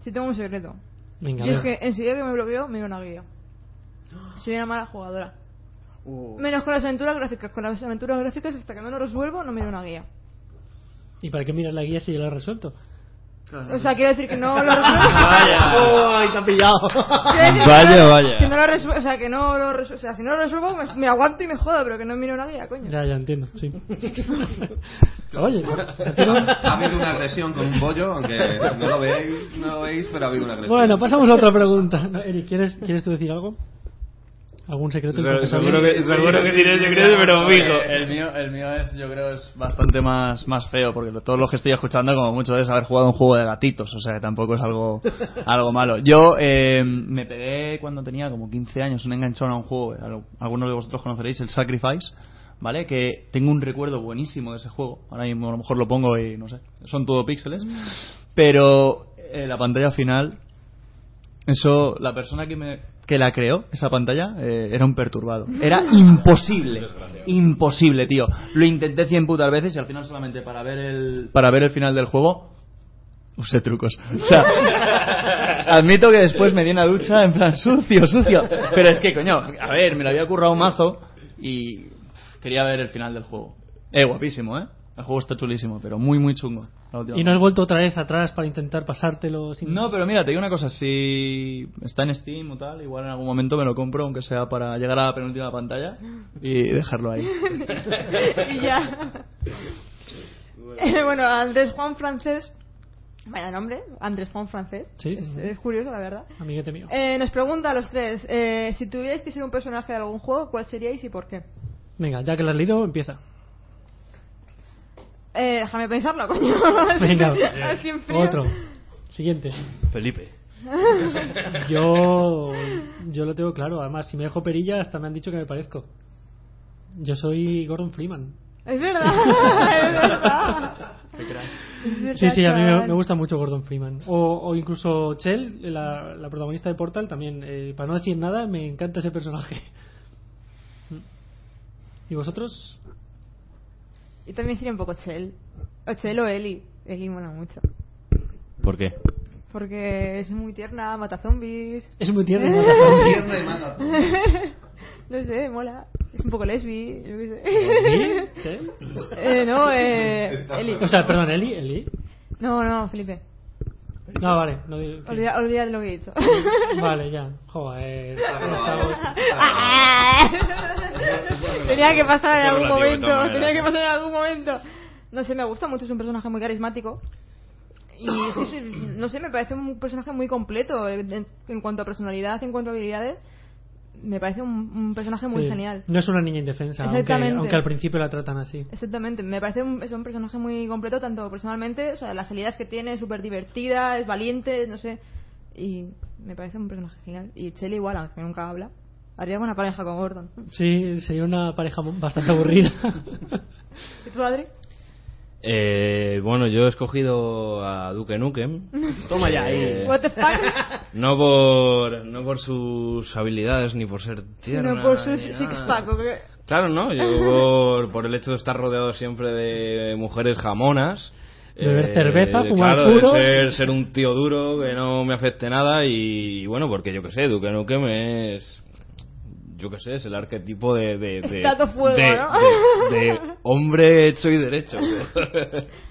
Si tengo un secreto.
Venga,
Y es
venga.
que enseguida que me bloqueo, miro una guía. Soy una mala jugadora.
Uh,
Menos con las aventuras gráficas. Con las aventuras gráficas, hasta que no lo resuelvo, no miro una guía.
¿Y para qué miras la guía si ya la has resuelto?
O sea, quiero decir que no lo resuelvo.
¡Ay, te ha pillado!
Quiero decir que
Vaya,
no lo-
vaya.
Que no lo resuelvo. O sea, que no lo resuelvo. O sea, si no lo resuelvo, me, me aguanto y me jodo, pero que no miro una guía, coño.
ya, ya entiendo, sí. Oye, ¿a ti
Ha
no?
habido una agresión con un bollo, aunque no lo veis, no lo veis pero ha habido una agresión.
bueno, pasamos a otra pregunta. No, Eric, ¿quieres, ¿quieres tú decir algo? ¿Algún secreto?
Seguro que, seguro que tienes secreto, pero fijo.
El mío, el mío es, yo creo, es bastante más, más feo, porque lo- todos los que estoy escuchando, como mucho, es haber jugado un juego de gatitos, o sea que tampoco es algo, algo malo. Yo eh, me pegué cuando tenía como 15 años un enganchón a un juego, a lo- algunos de vosotros conoceréis, el Sacrifice, ¿vale? Que tengo un recuerdo buenísimo de ese juego, ahora mismo a lo mejor lo pongo y no sé, son todo píxeles,
Mm.
pero eh, la pantalla final eso, la persona que, me, que la creó, esa pantalla, eh, era un perturbado. Era imposible. imposible, tío. Lo intenté cien putas veces y al final solamente para ver el, para ver el final del juego usé trucos. O sea, admito que después me di una ducha en plan sucio, sucio. Pero es que, coño, a ver, me lo había currado un mazo y quería ver el final del juego. Eh, guapísimo, ¿eh? El juego está chulísimo, pero muy, muy chungo. la última
¿Y no has vuelto otra vez atrás para intentar pasártelo sin...
no, pero mira, te digo una cosa, si está en Steam o tal, igual en algún momento me lo compro, aunque sea para llegar a la penúltima pantalla y dejarlo ahí.
y ya. Eh, bueno, Andrés Juan Francés. Vaya nombre, Andrés Juan Francés.
Sí.
Es, es curioso, la verdad.
Amiguete mío.
Eh, nos pregunta a los tres: eh, si tuvierais que ser un personaje de algún juego, ¿cuál seríais y por qué?
Venga, ya que lo has leído, empieza.
Eh, déjame pensarlo, coño.
Venga,
Así en frío.
otro. Siguiente.
Felipe.
Yo, yo lo tengo claro. Además, si me dejo perilla, hasta me han dicho que me parezco. Yo soy Gordon Freeman.
Es verdad, es verdad. Es verdad,
Sí, sí, a mí me,
chaval.
me gusta mucho Gordon Freeman. O, o incluso Chell, la, la protagonista de Portal, también. eh, para no decir nada, me encanta ese personaje. ¿Y vosotros?
Y también sería un poco Chel. O Chel o Eli. Eli mola mucho.
¿Por qué?
Porque es muy tierna, mata zombies.
Es muy tierno. ¿no?
Tierna y mala.
No sé, mola. Es un poco lesbi, yo qué sé.
¿Sí? ¿Chell?
Eh, no, eh,
Está
Eli.
O sea, perdón, Eli. Eli.
No, no, Felipe.
No, vale. no digo-
Olvida, olvida de lo que he dicho.
Vale, ya. Joder. estamos-
tenía que pasar en
Todo
algún
relativo, de
momento,
todas maneras.
tenía que pasar en algún momento. No sé, me gusta mucho, es un personaje muy carismático. Y es que se- no sé, me parece un personaje muy completo eh, en, en cuanto a personalidad, en cuanto a habilidades. Me parece un, un personaje muy
Sí.
genial.
No es una niña indefensa, aunque,
Exactamente.
aunque al principio la tratan así.
Exactamente, me parece un, es un personaje muy completo, tanto personalmente, o sea, las habilidades que tiene, es súper divertida, es valiente, no sé. Y me parece un personaje genial. Y Chelly igual, aunque nunca habla. Haría buena pareja con Gordon.
Sí, sería una pareja bastante aburrida.
¿Y tú, Adri?
Eh, bueno, yo he escogido a Duke Nukem.
Toma ya,
Eh,
ahí.
What the fuck?
No por, no por sus habilidades ni por ser tierna.
no por su
ni nada.
six pack. ¿o qué?
Claro, no. Yo por, por el hecho de estar rodeado siempre de mujeres jamonas. eh,
Beber cerveza, fumar
claro, de
puros.
ser, ser un tío duro que no me afecte nada y, bueno, porque yo que sé, Duke Nukem es... Yo que sé, es el arquetipo de... de, de-
Stato fuego,
de-
¿no?
de- de hombre hecho y derecho.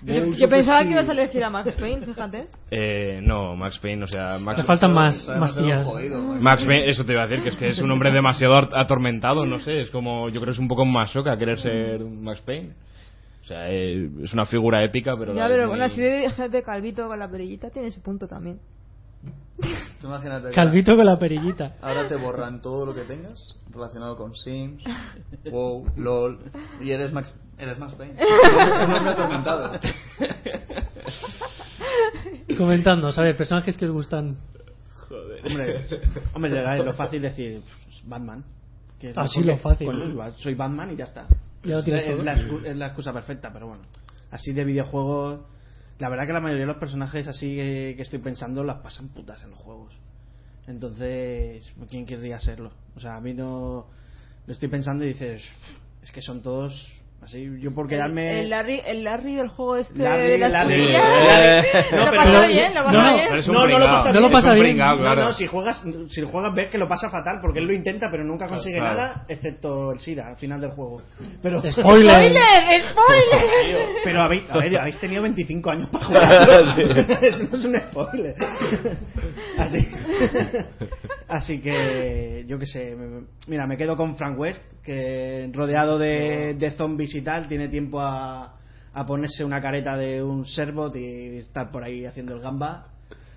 Yo, yo pensaba que ibas a elegir a Max Payne, fíjate.
Eh, no, Max Payne, o sea, Max,
Te faltan más,
Además,
más
era un
tías.
jodido,
Max Payne, eso te iba a decir, que es que es un hombre demasiado at- atormentado, no sé, es como, yo creo que es un poco masoca querer ser Max Payne. O sea, eh, es una figura épica, pero... la
ya,
vez
pero
muy-
bueno, así de, de calvito con la perillita tiene su punto también.
Tú imagínate que
Calvito con la perillita.
Ahora te borran todo lo que tengas relacionado con Sims, WoW, LOL y eres Max, eres Max Payne. Un hombre atormentado.
Comentando, a ver, personajes que os gustan.
Hombre, hombre, le da- lo fácil es decir pues, Batman. Que es
Así
mejor
lo
que-
fácil.
coño, igual, soy Batman y ya está.
Ya lo tienes
es,
todo.
la, excu- es la excusa perfecta, pero bueno. Así de videojuegos, la verdad que la mayoría de los personajes así que, que estoy pensando las pasan putas en los juegos. Entonces, ¿quién querría serlo? O sea, a mí no lo estoy pensando y dices, es que son todos así. Yo por
Eh,
El,
quedarme
el Larry, el Larry del juego este
Larry,
de las
Larry.
cuchillas.
Sí.
Lo
No,
pasó
pero-
bien, lo pasó
no, no,
bien.
Pero es un
No, no lo
pringao,
pasa
es
bien. No lo pasa
un
bien.
pringao, claro.
No, no, si juegas, si lo juegas ves que lo pasa fatal, porque él lo intenta pero nunca consigue
Claro.
nada, excepto el SIDA al final del juego. Pero,
Spoiler.
¡Spoiler! ¡Spoiler!
pero habéis, a ver, habéis tenido 25 años para jugar. Eso no es un spoiler. Así, así que, yo qué sé. me- Mira, me quedo con Frank West, que rodeado de, de zombies y tal, tiene tiempo a, a ponerse una careta de un Serbot y estar por ahí haciendo el gamba.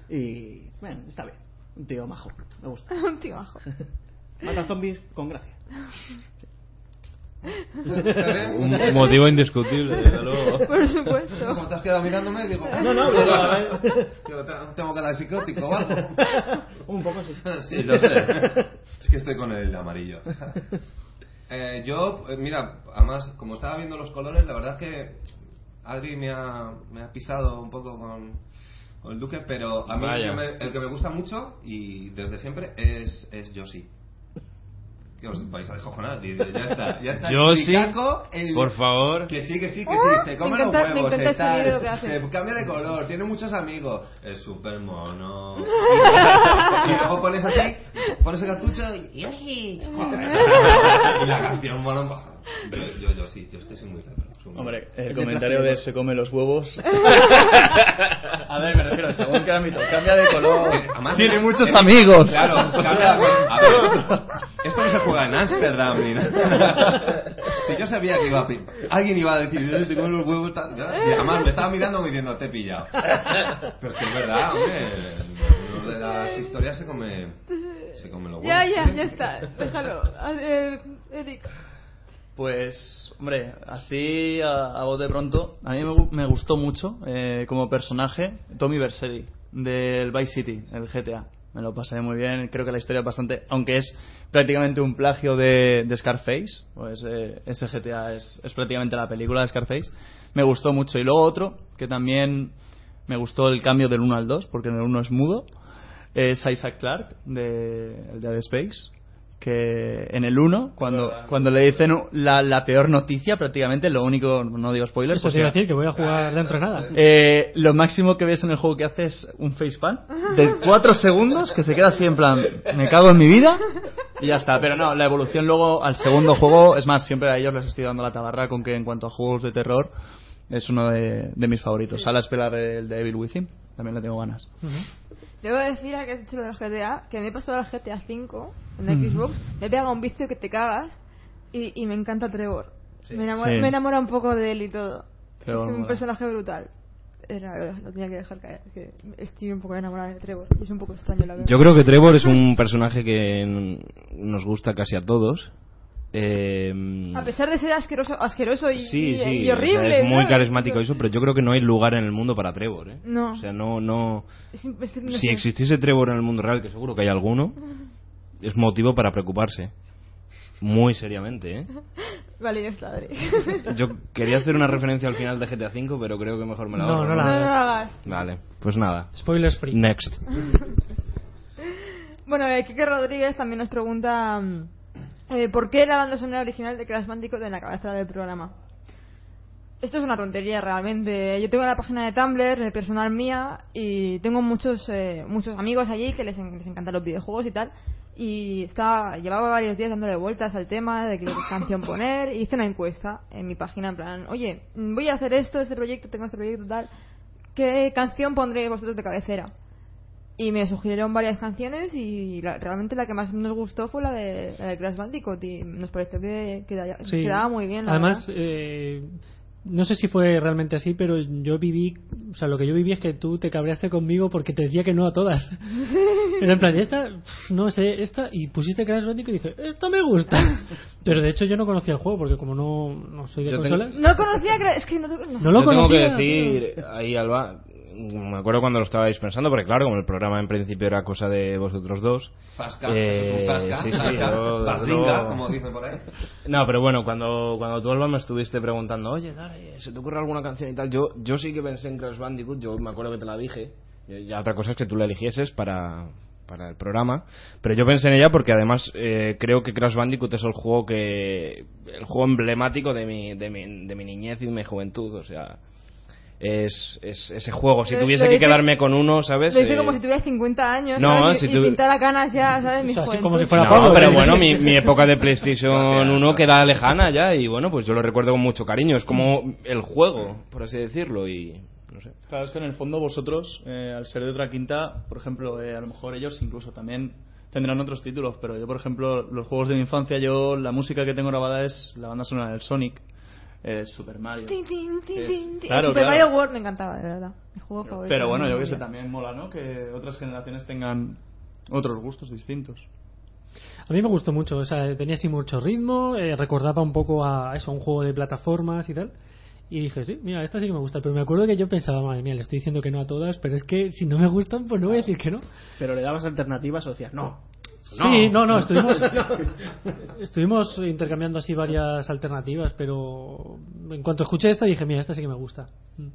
Y, bueno, está bien. Un tío majo, me gusta.
Un tío bajo.
Mata zombies con gracia.
Un motivo indiscutible, desde luego.
Por supuesto.
Como te has quedado mirándome, digo.
No, no, pero a
Digo, "Te- tengo cara de psicótico o algo.
Un poco sí.
sí, lo sé. Es que estoy con el amarillo. Eh, yo, eh, mira, además, como estaba viendo los colores, la verdad es que Adri me ha, me ha pisado un poco con, con el Duque, pero a mí el
Vaya.
que, me, el que me gusta mucho y desde siempre es, es Yoshi. Que os vais a descojonar, tío, ya está. Ya está.
Yoshi,
Chicaco, el-
Por favor.
que sí, que sí, que
Ah,
sí,
me
se come
encanta- me
los huevos,
encanta
se,
ese
tal,
vídeo que hace.
se cambia de color, tiene muchos amigos, es super mono. y luego pones así, pones el cartucho y ¡Yoshi! y la canción mola un bajo. Yo, yo, yo sí, yo es que soy muy raro. soy muy-
Hombre,
Te
el comentario
traje
de
dos.
se come los huevos. A ver, me refiero, según qué ámbito, cambia de color.
Eh, además-
Tiene muchos
eh,
amigos.
Claro, cambia la cosa. A ver, esto no se juega en Ámsterdam ni nada. Si yo sabía que iba a pi- alguien iba a decir, "Eh, te comen los huevos, tal", ya. y además me estaba mirando como diciendo, te he pillado. Pero es que es verdad, hombre. Uno de las historias se come, se come los huevos.
Ya, ya, ya está. Déjalo. A ver, Eric.
Pues, hombre, así a, a voz de pronto, a mí me, gu- me gustó mucho eh, como personaje Tommy Vercelli del Vice City, el GTA. Me lo pasé muy bien, creo que la historia es bastante, aunque es prácticamente un plagio de, de Scarface, pues eh, ese GTA es, es prácticamente la película de Scarface. Me gustó mucho. Y luego otro, que también me gustó el cambio del 1 al 2, porque en el 1 es mudo, es Isaac Clarke, de, el de Dead Space, que en el 1, cuando, cuando le dicen la, la peor noticia, prácticamente, lo único, no digo spoilers,
Eso
pues
te iba a decir que voy a jugar dentro de nada.
eh, lo máximo que ves en el juego que hace es un facepan de 4 segundos que se queda así en plan, me cago en mi vida y ya está. Pero no, la evolución luego al segundo juego, es más, siempre a ellos les estoy dando la tabarra con que en cuanto a juegos de terror es uno de, de mis favoritos. A la espera del de Evil Within, también le tengo ganas.
Debo decir a que has dicho lo del GTA, que me he pasado al GTA V en la
Mm.
Xbox, me he pegado un vicio que te cagas y, y me encanta Trevor. Me, enamora,
Sí.
me enamora un poco de él y todo.
Trevor
es un
mola.
personaje brutal. Era, lo, lo tenía que dejar caer, que estoy un poco enamorada de Trevor. Y es un poco extraño la verdad.
Yo creo que Trevor es un personaje que n- nos gusta casi a todos. Eh,
A pesar de ser asqueroso, asqueroso y,
sí,
y-
sí,
y
o sea,
horrible.
es muy
¿no?
carismático eso, pero yo creo que no hay lugar en el mundo para Trevor, ¿eh?
No.
O sea, no, no...
Es- es que no
Si
sé.
existiese Trevor en el mundo real, que seguro que hay alguno, es motivo para preocuparse. Muy seriamente, ¿eh?
Vale, ya está, Adri.
Yo quería hacer una referencia al final de GTA V, pero creo que mejor me la
No,
ahorro,
no
No,
la-
no lo hagas.
Vale, pues nada.
Spoilers free.
Next.
Bueno, eh, Kike Rodríguez también nos pregunta mm, eh, ¿por qué la banda sonora original de Crash Bandicoot en la cabecera del programa? Esto es una tontería realmente. Yo tengo la página de Tumblr, eh, personal mía, y tengo muchos eh, muchos amigos allí que les, en- les encantan los videojuegos y tal. Y estaba, llevaba varios días dándole vueltas al tema de qué canción poner. Y hice una encuesta en mi página en plan, oye, mm, voy a hacer esto, este proyecto, tengo este proyecto tal. ¿Qué canción pondréis vosotros de cabecera? Y me sugirieron varias canciones y la- realmente la que más nos gustó fue la de, la de Crash Bandicoot y nos pareció que quedaba,
Sí.
quedaba muy bien. la
Además,
verdad.
eh, no sé si fue realmente así, pero yo viví, o sea, lo que yo viví es que tú te cabreaste conmigo porque te decía que no a todas. Era en plan, esta, pf, no sé, esta, y pusiste Crash Bandicoot y dije, esta me gusta. Pero de hecho yo no conocía el juego porque como no, no soy de
Yo
consolas,
no conocía, Cra- es que no, no.
no lo
Yo tengo que
conocía.
decir ahí, Alba, me acuerdo cuando lo estabais pensando, porque claro, como el programa en principio era cosa de vosotros dos.
Fasca,
eh,
eso es un fasca.
sí, sí,
fasca,
yo, desde
fasinga,
luego-
como dicen por ahí.
No, pero bueno, cuando, cuando tú, Alba, me estuviste preguntando, oye, dale, ¿se te ocurre alguna canción y tal? Yo, yo sí que pensé en Crash Bandicoot, yo me acuerdo que te la dije. Y ya otra cosa es que tú la eligieses para, para el programa. Pero yo pensé en ella porque además eh, creo que Crash Bandicoot es el juego que. el juego emblemático de mi, de mi, de mi niñez y mi juventud, o sea. Es, es ese juego. Si
Lo-
tuviese
lo
que
dice-
quedarme con uno, ¿sabes?
Lo hice
Eh,
como si tuviera 50 años
No,
¿sabes?
si
y,
tu-
y pintara canas ya, ¿sabes? Mi
O sea, así
juventud.
como si fuera
no,
Pablo,
pero
¿eh?
bueno, mi, mi época de PlayStation 1 queda lejana ya y bueno, pues yo lo recuerdo con mucho cariño. Es como el juego, por así decirlo, y no sé.
Claro, es que en el fondo vosotros, eh, al ser de otra quinta, por ejemplo, eh, a lo mejor ellos incluso también tendrán otros títulos, pero yo, por ejemplo, los juegos de mi infancia, yo la música que tengo grabada es la banda sonora del Sonic, eh, Super Mario.
Tin, tin, tin,
Es-
tin, tin.
claro,
Super
claro.
Mario World me encantaba, de verdad. Mi juego favorito.
Pero bueno, yo que
que
sé, también mola, ¿no? Que otras generaciones tengan otros gustos distintos.
A mí me gustó mucho, o sea, tenía así mucho ritmo, eh, recordaba un poco a eso, un juego de plataformas y tal. Y dije, sí, mira, esta sí que me gusta, pero me acuerdo que yo pensaba, madre mía, le estoy diciendo que no a todas, pero es que si no me gustan, pues no voy a decir que no.
Pero le dabas alternativas o decías, no.
Sí, no, no, estuvimos, estuvimos intercambiando así varias alternativas, pero en cuanto escuché esta dije, mira, esta sí que me gusta. Mm.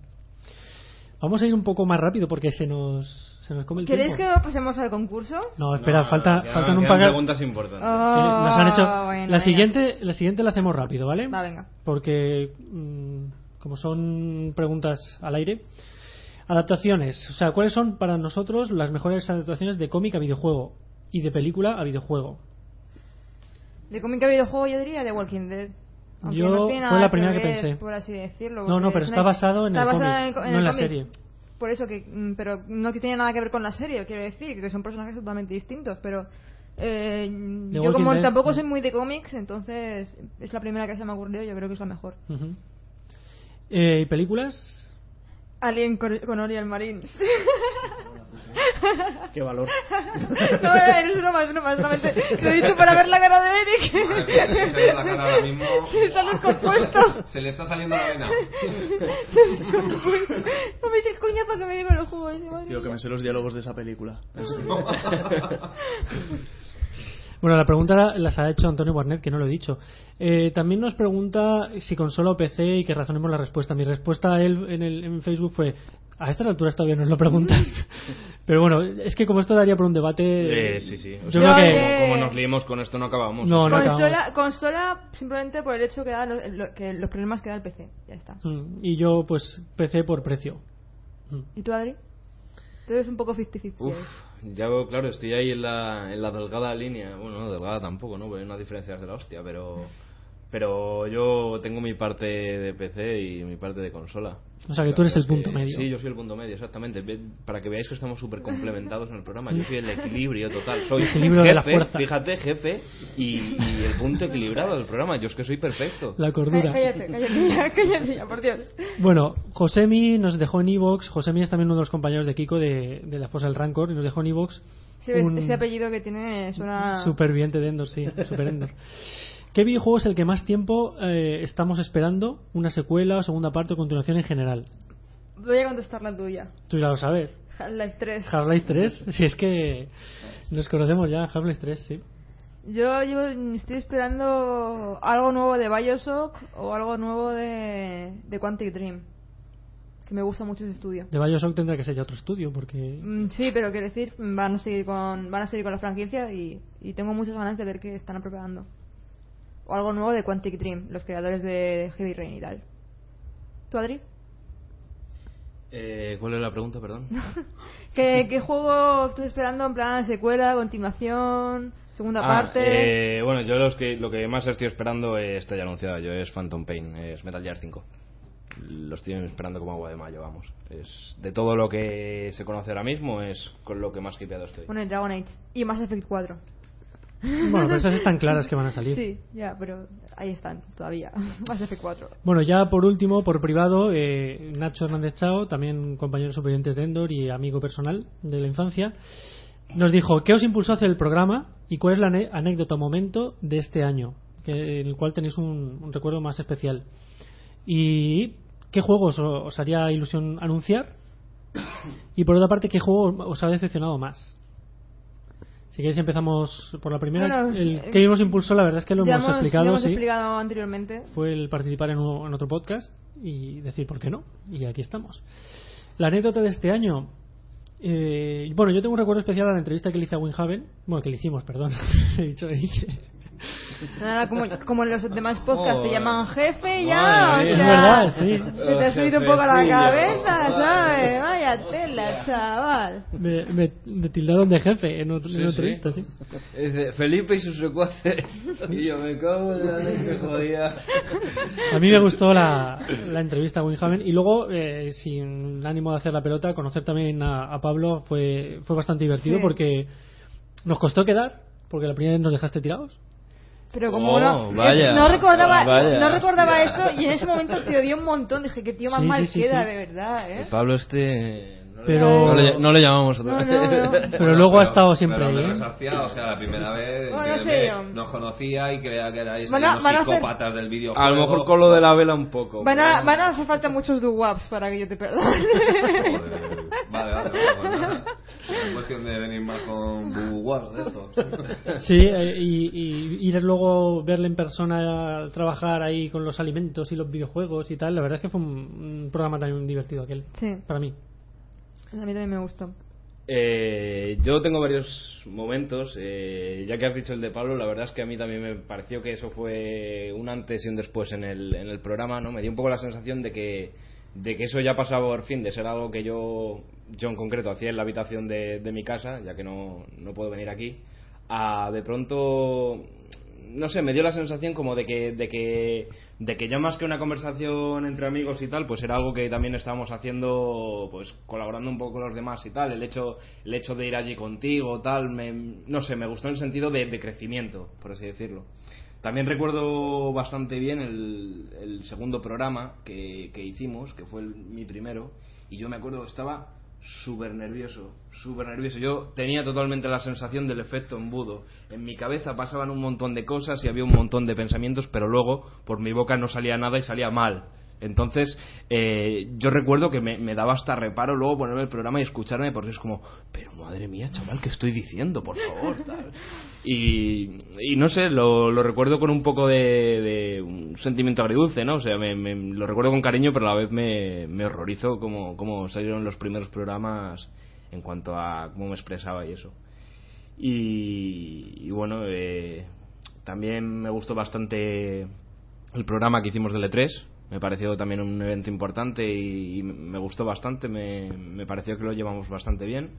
Vamos a ir un poco más rápido porque se nos, se nos come el
¿Queréis
tiempo.
que pasemos al concurso?
No, espera, falta,
quedan-
faltan un
quedan
par de...
preguntas importantes.
Ah,
Eh, nos han hecho...
bueno,
la,
venga.
siguiente, la siguiente la hacemos rápido, ¿vale?
Va, venga.
porque mm, como son preguntas al aire adaptaciones o sea cuáles son para nosotros las mejores adaptaciones de cómic a videojuego y de película a videojuego
De cómic a videojuego yo diría de Walking Dead. Aunque
Yo-
no tiene nada
fue la primera que
ver,
pensé.
Por así decirlo.
No,
porque
no, pero
es
está basado en
está
el
basado
cómic,
co-
no en
el
la
cómic.
serie.
Por eso que... mm, Pero no que tiene nada que ver con la serie, quiero decir, que son personajes totalmente distintos, pero... eh, yo
Walking
como
Dead,
tampoco
mm.
soy muy de cómics, entonces es la primera que se me ha ocurrido, yo creo que es la mejor.
Ujú. Eh, y películas
Alien con, con Oriel Marines.
Qué valor.
no, es broma, es broma, solamente lo he dicho para ver la cara de
Madre mía, Ah, que se ve la cara ahora
Eric.
mismo.
Se ha descompuesto.
Se le está saliendo la vena.
Se ha descompuesto. No me el coñazo que me dio con el juego ese, madre
Quiero que
mía.
me sé los diálogos de esa película.
bueno la pregunta la- las ha hecho Antonio Barnett que no lo he dicho Eh, también nos pregunta si consola o PC y que razonemos la respuesta mi respuesta a él en, el, en Facebook fue a estas alturas todavía nos lo preguntan pero bueno es que como esto daría por un debate
Eh, sí, sí. O
yo
sea,
creo que
eh,
Como, como nos liemos con esto no acabamos.
No,
Pues-
no acabamos.
Consola, consola simplemente por el hecho que, da lo- lo- que los problemas que da el PC. Ya está.
Mm, Y yo, pues, PC por precio. Mm.
¿Y tú, Adri? Tú eres un poco ¿eh? 50-50.
Uf, ya veo, claro, estoy ahí en la, en la delgada línea. Bueno, no, delgada tampoco, ¿no? Porque hay unas diferencias de la hostia, pero... Pero yo tengo mi parte de PC y mi parte de consola.
O sea, que tú eres el
Eh,
punto medio.
Sí, yo soy el punto medio, exactamente. Ve- Para que veáis que estamos súper complementados en el programa. Yo soy el equilibrio total. Soy
Equilibrio
jefe,
de la fuerza.
fíjate, jefe, y, y el punto equilibrado del programa. Yo es que soy perfecto.
Cállate,
La cordura.
cállate, ya, cállate, ya, por Dios.
Bueno, Josemi nos dejó en Evox. Josemi es también uno de los compañeros de Kiko de, de la Fosa del Rancor. Y nos dejó en Evox.
Sí, ves, Ese apellido que tiene suena.
Superviviente de Endor, sí. Super Endor. ¿Qué videojuego es el que más tiempo eh, estamos esperando una secuela o segunda parte o continuación en general?
Voy a contestar la tuya.
Tú ya lo sabes.
Half-Life 3.
Half-Life 3, si es que nos conocemos ya, Half-Life 3, sí.
Yo llevo- estoy esperando algo nuevo de Bioshock o algo nuevo de, de Quantic Dream. Que me gusta mucho ese estudio.
De Bioshock tendrá que ser ya otro estudio, porque...
Mm, Sí, pero quiero decir, mm, van a seguir con, van a seguir con la franquicia y, y tengo muchas ganas de ver qué están apropiando. O algo nuevo de Quantic Dream, los creadores de Heavy Rain y tal. ¿Tú, Adri?
Eh, ¿Cuál es la pregunta, perdón?
¿Qué, qué juego estás esperando en plan secuela, continuación, segunda
Ah,
parte?
eh, bueno, yo los que, lo que más estoy esperando eh, está ya anunciado, yo es Phantom Pain, es Metal Gear 5. Lo estoy esperando como agua de mayo, vamos. Es de todo lo que se conoce ahora mismo es con lo que más hypeado estoy.
Bueno, y Dragon Age y Mass Effect 4.
Bueno, pero esas están claras que van a salir.
Sí, ya, pero ahí están todavía. Mass Effect 4.
Bueno, ya por último, por privado, eh, Nacho Hernández Chao, también compañero supervivientes de Endor y amigo personal de la infancia, nos dijo, ¿qué os impulsó a hacer el programa y cuál es la ane- anécdota o momento de este año? que- en el cual tenéis un, un recuerdo más especial. ¿Y qué juegos o- os haría ilusión anunciar? Y por otra parte, ¿qué juego os ha decepcionado más? Si queréis empezamos por la primera.
Bueno,
el
eh,
que nos impulsó, la verdad es que lo
ya
hemos, explicado.
ya hemos
sí
explicado anteriormente.
fue el participar en, u- en otro podcast y decir por qué no. Y aquí estamos. La anécdota de este año. eh, bueno, yo tengo un recuerdo especial a la entrevista que le hice a Winhaven. Bueno, que le hicimos, perdón. He dicho que dije.
Nada, como, como en los demás podcasts te
Joder.
llaman jefe ya,
Madre
o
mía.
sea,
Es verdad, sí.
se te ha subido un poco la
Jefecillo.
cabeza, ¿sabes?
Madre.
Vaya tela, chaval.
Me, me- me tildaron de jefe en, otro- en
Sí,
una
sí.
entrevista, sí.
Dice, Felipe y sus secuaces. Y yo me cago en la leche, jodida.
A mí me gustó la, la entrevista a Winhaven. Y luego, eh, sin ánimo de hacer la pelota, conocer también a, a Pablo fue, fue bastante divertido
Sí.
porque nos costó quedar, porque la primera vez nos dejaste tirados.
Pero como
Oh,
no,
vaya.
no recordaba,
Vaya.
no recordaba eso y en ese momento te odié un montón. Dije, qué tío más
Sí, sí,
mal
sí,
queda,
sí.
de verdad, ¿eh?
Pablo este... no le-
Pero-
No le, no le llamamos otra
No,
vez.
no, no.
Pero luego ha estado siempre
pero
ahí,
me
¿eh?
resarcía, o sea, la primera vez
Bueno,
que
sí,
me-
yo.
nos conocía y creía que erais
Van a-
unos
van a hacer-
psicópatas del videojuego.
A lo mejor con lo de la vela un poco.
Van a, van a hacer falta muchos duwaps para que yo te perdone.
Joder. Vale, vale, vale, pues nada. Es cuestión de venir más con bubuas de estos.
Sí, eh, y, y ir luego, verle en persona trabajar ahí con los alimentos y los videojuegos y tal, la verdad es que fue un, un programa también divertido aquel,
sí,
para mí.
a mí también me gustó.
Eh, yo tengo varios momentos. eh, ya que has dicho el de Pablo, la verdad es que a mí también me pareció que eso fue un antes y un después en el, en el programa, ¿no? Me dio un poco la sensación de que, de que eso ya pasaba por fin, de ser algo que yo, yo en concreto hacía en la habitación de, de mi casa, ya que no, no puedo venir aquí, a de pronto no sé, me dio la sensación como de que, de que, de que ya más que una conversación entre amigos y tal, pues era algo que también estábamos haciendo, pues colaborando un poco con los demás y tal. El hecho, el hecho de ir allí contigo, tal, me, no sé, me gustó en el sentido de, de crecimiento, por así decirlo. También recuerdo bastante bien el, el segundo programa que, que hicimos, que fue el- mi primero, y yo me acuerdo que estaba súper nervioso, súper nervioso. Yo tenía totalmente la sensación del efecto embudo. En mi cabeza pasaban un montón de cosas y había un montón de pensamientos, pero luego por mi boca no salía nada y salía mal. Entonces, eh, yo recuerdo que me, me daba hasta reparo luego ponerme el programa y escucharme porque es como, pero madre mía, chaval, ¿qué estoy diciendo? Por favor, tal. Y, y no sé, lo, lo recuerdo con un poco de, de un sentimiento agridulce, ¿no? O sea, me, me- lo recuerdo con cariño, pero a la vez me, me horrorizó cómo, cómo salieron los primeros programas en cuanto a cómo me expresaba y eso. Y, y bueno, eh, también me gustó bastante el programa que hicimos del E3. Me pareció también un evento importante y, y me gustó bastante. Me, me pareció que lo llevamos bastante bien.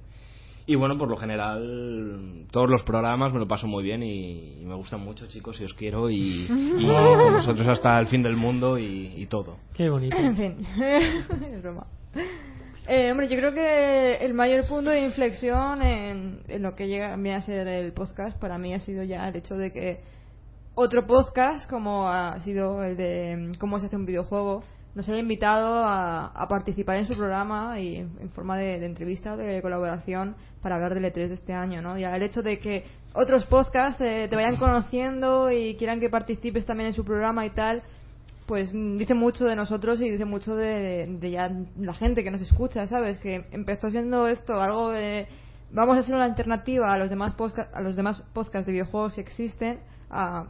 Y bueno, por lo general, todos los programas me lo paso muy bien y, y me gustan mucho, chicos, y os quiero. Y, y con vosotros hasta el fin del mundo y, y todo.
Qué bonito.
En fin, es broma. Eh, hombre, yo creo que el mayor punto de inflexión en, en lo que llega viene a ser el podcast para mí ha sido ya el hecho de que otro podcast, como ha sido el de mm, cómo se hace un videojuego, nos ha invitado a, a participar en su programa y E en en forma de, de entrevista, de colaboración, para hablar del E3 de este año, ¿no? Y el hecho de que otros podcasts eh, te vayan conociendo y quieran que participes también en su programa y tal, pues mm, dice mucho de nosotros y dice mucho de, de ya la gente que nos escucha, ¿sabes? Que empezó siendo esto algo de vamos a ser una alternativa a los demás podca- a los demás podcasts de videojuegos que existen a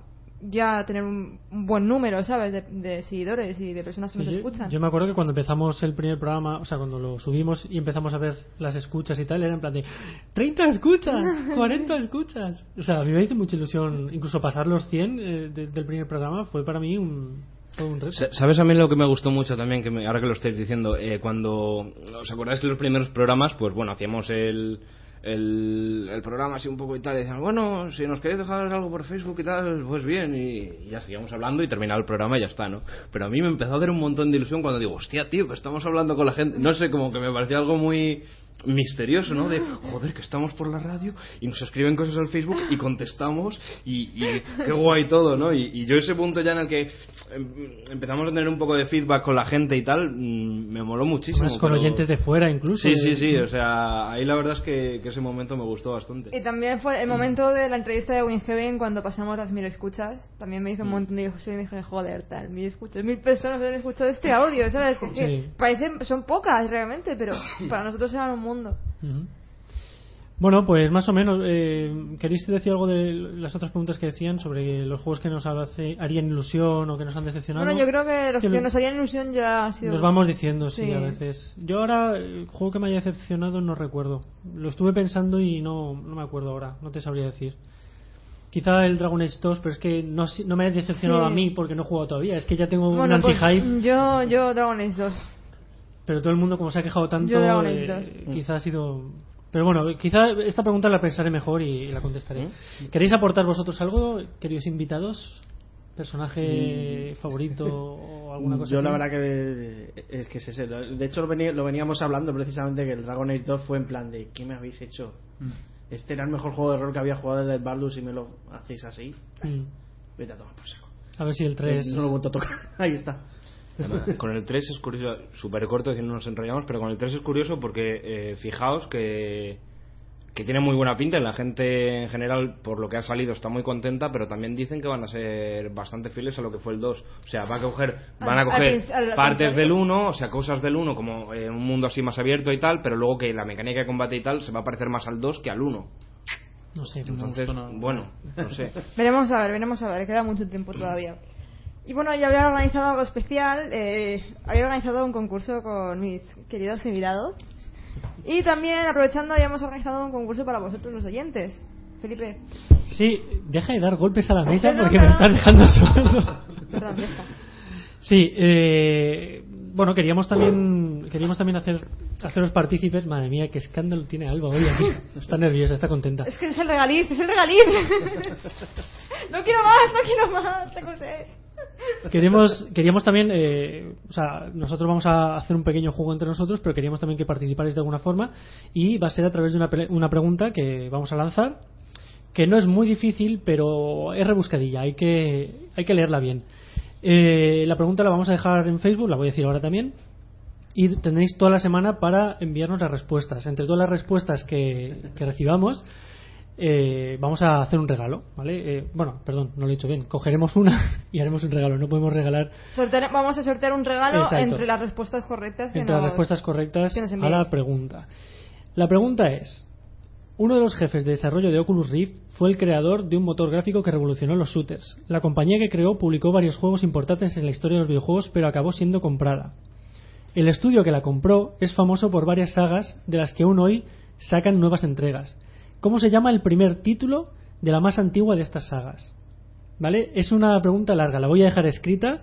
ya tener un un buen número, ¿sabes? De, de seguidores y de personas que
Sí,
nos
yo-
escuchan.
Yo me acuerdo que cuando empezamos el primer programa, o sea, cuando lo subimos y empezamos a ver las escuchas y tal, era en plan de 30 escuchas, 40 escuchas. O sea, a mí me hizo mucha ilusión, incluso pasar los 100 eh, de- del primer programa fue para mí un, fue un reto.
Sa- ¿Sabes a mí lo que me gustó mucho también, que me- ahora que lo estáis diciendo? eh, cuando. ¿Os acordáis que los primeros programas, pues bueno, hacíamos el. El, el programa así un poco y tal, y decían, bueno, si nos queréis dejar algo por Facebook y tal, pues bien, y, y ya seguíamos hablando y terminaba el programa y ya está, ¿no? Pero a mí me empezó a hacer un montón de ilusión cuando digo, hostia, tío, que estamos hablando con la gente, no sé, como que me parecía algo muy misterioso, ¿no? De, joder, que estamos por la radio y nos escriben cosas al Facebook y contestamos y, y qué guay todo, ¿no? Y, y yo ese punto ya en el que em, empezamos a tener un poco de feedback con la gente y tal, mm, me moló muchísimo.
Más con
pero-
oyentes de eh. fuera incluso.
Sí, sí, sí, o sea, ahí la verdad es que, que ese momento me gustó bastante.
Y también fue el momento de la entrevista de Winheaven cuando pasamos las mil escuchas. También me hizo un
Mm.
montón de ilusión y dije, joder, tal, mil escuchas, mil personas han escuchado este audio, ¿sabes? Que, que
Sí.
parecen, son pocas realmente, pero para nosotros era un mundo.
Ujú. Bueno, pues más o menos. eh, ¿Queréis decir algo de las otras preguntas que decían sobre los juegos que nos hace- harían ilusión o que nos han decepcionado?
Bueno, yo creo que los
Que
que
lo-
nos harían ilusión ya ha sido...
Nos vamos diciendo, sí,
Sí.
a veces. Yo ahora, el juego que me haya decepcionado no recuerdo. Lo estuve pensando y no, no me acuerdo ahora, no te sabría decir. Quizá el Dragon Age 2, pero es que no, sé- no me ha decepcionado
Sí.
a mí porque no he jugado todavía. Es que ya tengo un
Bueno, pues,
anti-hype,
yo, yo Dragon Age 2.
pero todo el mundo como se ha quejado tanto,
Yo Dragon Age
eh, quizá ha sido... Pero bueno, quizá esta pregunta la pensaré mejor y, y la contestaré. ¿Queréis aportar vosotros algo, queridos invitados? ¿Personaje favorito o alguna cosa
Yo
así?
la verdad que es que es ese. De hecho lo, veni- lo veníamos hablando precisamente que el Dragon Age 2 fue en plan de ¿qué me habéis hecho?
Mm.
Este era el mejor juego de rol que había jugado desde el Baldur's y me lo hacéis así.
Mm.
Vete a tomar por saco.
A ver si el 3...
No lo he vuelto a tocar. Ahí está.
Pues
Además, con el 3 es curioso, súper corto que no nos enrollamos, pero con el 3 es curioso porque eh, fijaos que, que tiene muy buena pinta y la gente en general, por lo que ha salido, está muy contenta, pero también dicen que van a ser bastante fieles a lo que fue el 2. O sea, va a coger, van
Al-
a
al
coger
princ- al- al
partes
principio.
del 1, o sea, cosas del 1, como eh, un mundo así más abierto y tal, pero luego que la mecánica de combate y tal se va a parecer más al 2 que al 1.
No sé.
Entonces, bueno, no sé.
Veremos a ver, veremos a ver, queda mucho tiempo todavía. Y bueno, yo había organizado algo especial, eh, había organizado un concurso con mis queridos invitados. Y también, aprovechando, habíamos organizado un concurso para vosotros los oyentes. Felipe,
Sí, deja de dar golpes a la mesa
Perdón,
porque me
perdón.
estás dejando solo.
perdón, ya está.
Sí, eh, bueno, queríamos también queríamos también hacer haceros partícipes. Madre mía, qué escándalo tiene Alba hoy aquí. Está nerviosa, está contenta.
Es que es el regaliz, es el regaliz. no quiero más, no quiero más, tengo sed.
Queremos, queríamos también, eh, o sea, nosotros vamos a hacer un pequeño juego entre nosotros, pero queríamos también que participarais de alguna forma y va a ser a través de una, pele- una pregunta que vamos a lanzar, que no es muy difícil, pero es rebuscadilla, hay que, hay que leerla bien. Eh, la pregunta la vamos a dejar en Facebook, la voy a decir ahora también, y tenéis toda la semana para enviarnos las respuestas. Entre todas las respuestas que, que recibamos, eh, vamos a hacer un regalo, ¿vale? Eh, bueno, perdón, no lo he dicho bien. Cogeremos una y haremos un regalo. No podemos regalar
Sortear- vamos a sortear un regalo
Exacto.
entre las respuestas correctas que
entre las
nos-
respuestas correctas
que nos
a
envíes.
la pregunta. La pregunta es, uno de los jefes de desarrollo de Oculus Rift fue el creador de un motor gráfico que revolucionó los shooters. La compañía que creó publicó varios juegos importantes en la historia de los videojuegos, pero acabó siendo comprada. El estudio que la compró es famoso por varias sagas de las que aún hoy sacan nuevas entregas. ¿Cómo se llama el primer título de la más antigua de estas sagas? ¿Vale? Es una pregunta larga, la voy a dejar escrita.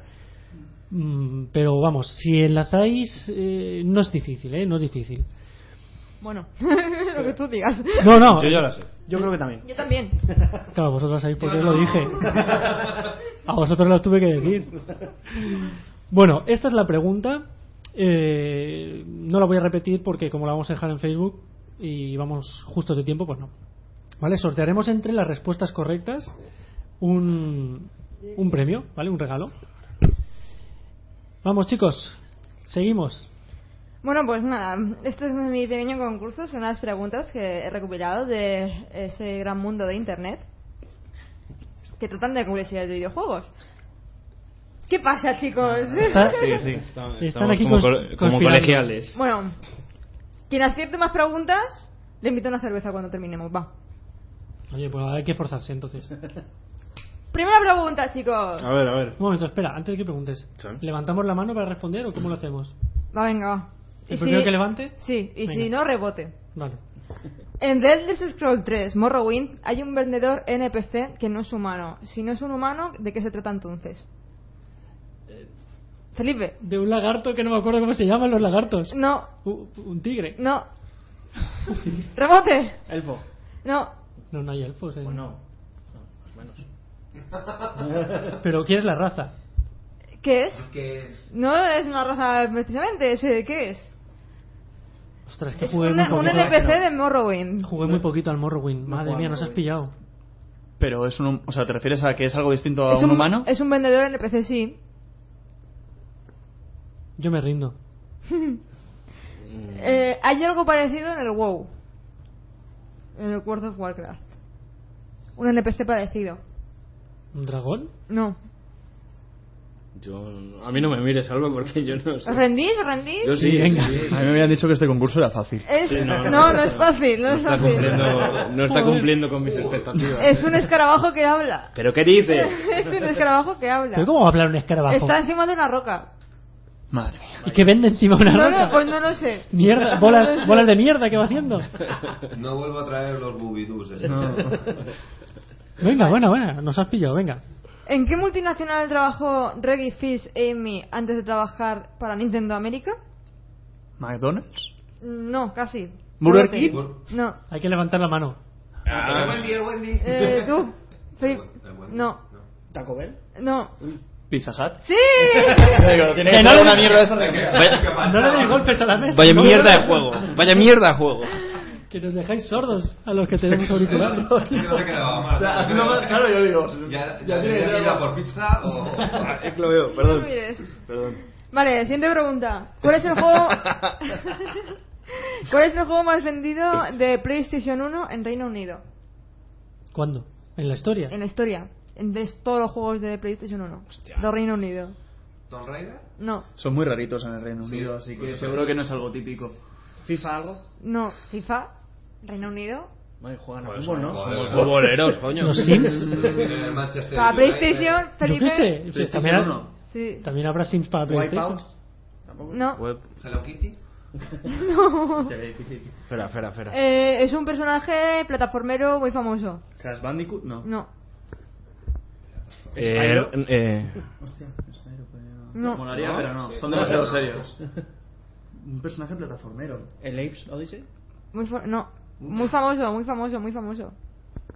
Mm, pero vamos, si enlazáis, eh, no es difícil, ¿eh? No es difícil.
Bueno, lo que tú digas.
No, no,
Yo ya la sé.
Yo creo que también.
Yo también.
claro, vosotros sabéis por qué os lo dije. A vosotros lo tuve que decir. Bueno, esta es la pregunta. Eh, no la voy a repetir porque como la vamos a dejar en Facebook y vamos justos de tiempo, pues no. ¿Vale? Sortearemos entre las respuestas correctas un, un premio, ¿vale? Un regalo. Vamos chicos, seguimos.
Bueno, pues nada, este es mi pequeño concurso, son las preguntas que he recopilado de ese gran mundo de Internet que tratan de curiosidades de videojuegos. ¿Qué pasa, chicos?
Está-
sí.
Están aquí
como,
cons-
co- como
conspirando.
colegiales.
Bueno, quien acierte más preguntas, le invito a una cerveza cuando terminemos, va.
Oye, pues hay que esforzarse entonces. Un
Primera pregunta, chicos.
A ver, a ver.
momento, espera, antes de que preguntes.
Sí.
¿Levantamos la mano para responder o cómo lo hacemos?
Va, venga, va.
¿El
Y
primero
si-
que levante?
Sí, y si
Venga.
no, rebote.
Vale.
En The Elder Scrolls 3 Morrowind hay un vendedor NPC que no es humano. Si no es un humano, ¿de qué se trata entonces?
Eh.
Felipe.
De un lagarto que no me acuerdo cómo se llaman los lagartos.
No,
U- Un tigre.
no. Rebote.
Elfo.
No.
No, no hay elfos. eh.
Bueno.
Pero ¿quién es la raza?
¿Qué es?
Que es
No es una raza precisamente. es, eh, ¿Qué es?
Ostras, que
Es
jugué
una-
muy
un
poquito.
NPC de Morrowind.
Jugué muy poquito al Morrowind. Madre
jugué
mía,
al
nos has
Morrowind.
pillado.
Pero es un. O sea, ¿te refieres a que es algo distinto a
¿Es
un, humano?
Es un vendedor NPC, sí.
Yo me rindo.
Eh, hay algo parecido en el WoW. En el World of Warcraft. Un NPC parecido.
¿Un dragón?
No.
Yo, a mí no me mires, Alba, porque yo no sé.
¿Os rendís? ¿Os rendís?
Yo sí,
venga.
sí.
A mí me habían dicho que este concurso era fácil.
Es-
Sí,
no,
no,
no,
no.
es fácil, no
No
es
está
fácil.
cumpliendo, no está
Joder.
cumpliendo con mis expectativas.
Es un escarabajo que habla.
¿Pero qué dices?
Es un escarabajo que habla.
¿Pero cómo va a hablar un escarabajo?
Está encima de una roca.
Madre mía.
¿Y qué vende encima una
No,
roca?
no, pues no lo sé.
Mierda, bolas, bolas de mierda que va haciendo.
No vuelvo a traer los bubidús. ¿eh?
Venga, buena, buena, nos has pillado, venga.
¿En qué multinacional trabajó Reggie Fils Amy antes de trabajar para Nintendo América?
¿McDonald's?
No, casi.
¿Burger
Fíjate.
King?
No.
Hay que levantar la mano.
Ah, Wendy, el Wendy.
Eh, ¿Tú? Felipe.
El Wendy.
No.
Taco Bell.
No.
¿Pizza Hut?
¡Sí!
Tiene
que
que
ser
no
una mierda
una mierda esa
No le deis golpes a la mesa.
Vaya
No,
mierda
no,
de juego, vaya mierda de juego.
Que nos dejáis sordos a los que tenemos auriculares.
No te quedaba mal.
claro, yo digo.
Ya,
ya tiene
ya
que
tienes que
ser
ir a por pizza o.
Es que lo veo,
No mires. Vale, siguiente pregunta. ¿Cuál es el juego? ¿Cuál es el juego más vendido de PlayStation 1 en Reino Unido?
¿Cuándo? ¿En la historia?
En la historia. En de todos los juegos de PlayStation 1. De Reino Unido.
¿Tomb Raider?
No,
Son muy raritos en el Reino Unido, así que seguro que no es algo típico.
FIFA algo.
no. FIFA. Reino Unido.
Vale, juegan a
Pues
fútbol, ¿no?
Joder,
Los boleros, coño.
¿Los Sims?
Pues el Manchester
Para
United.
PlayStation,
Yo
Felipe.
qué sé. pues también,
PlayStation
ha-
uno.
Sí.
también habrá Sims para PlayStation.
Wipeout. Tampoco.
No.
Web.
Hello Kitty.
Espera, espera, espera.
Eh, es un personaje plataformero muy famoso.
¿Crash Bandicoot? No.
No.
Eh, eh,
Hostia, Spyro, pues,
No.
Molaría, pero no. Son demasiado serios. Un personaje plataformero.
¿El Apes Odyssey?
Muy fa- no. Muy famoso, muy famoso, muy famoso.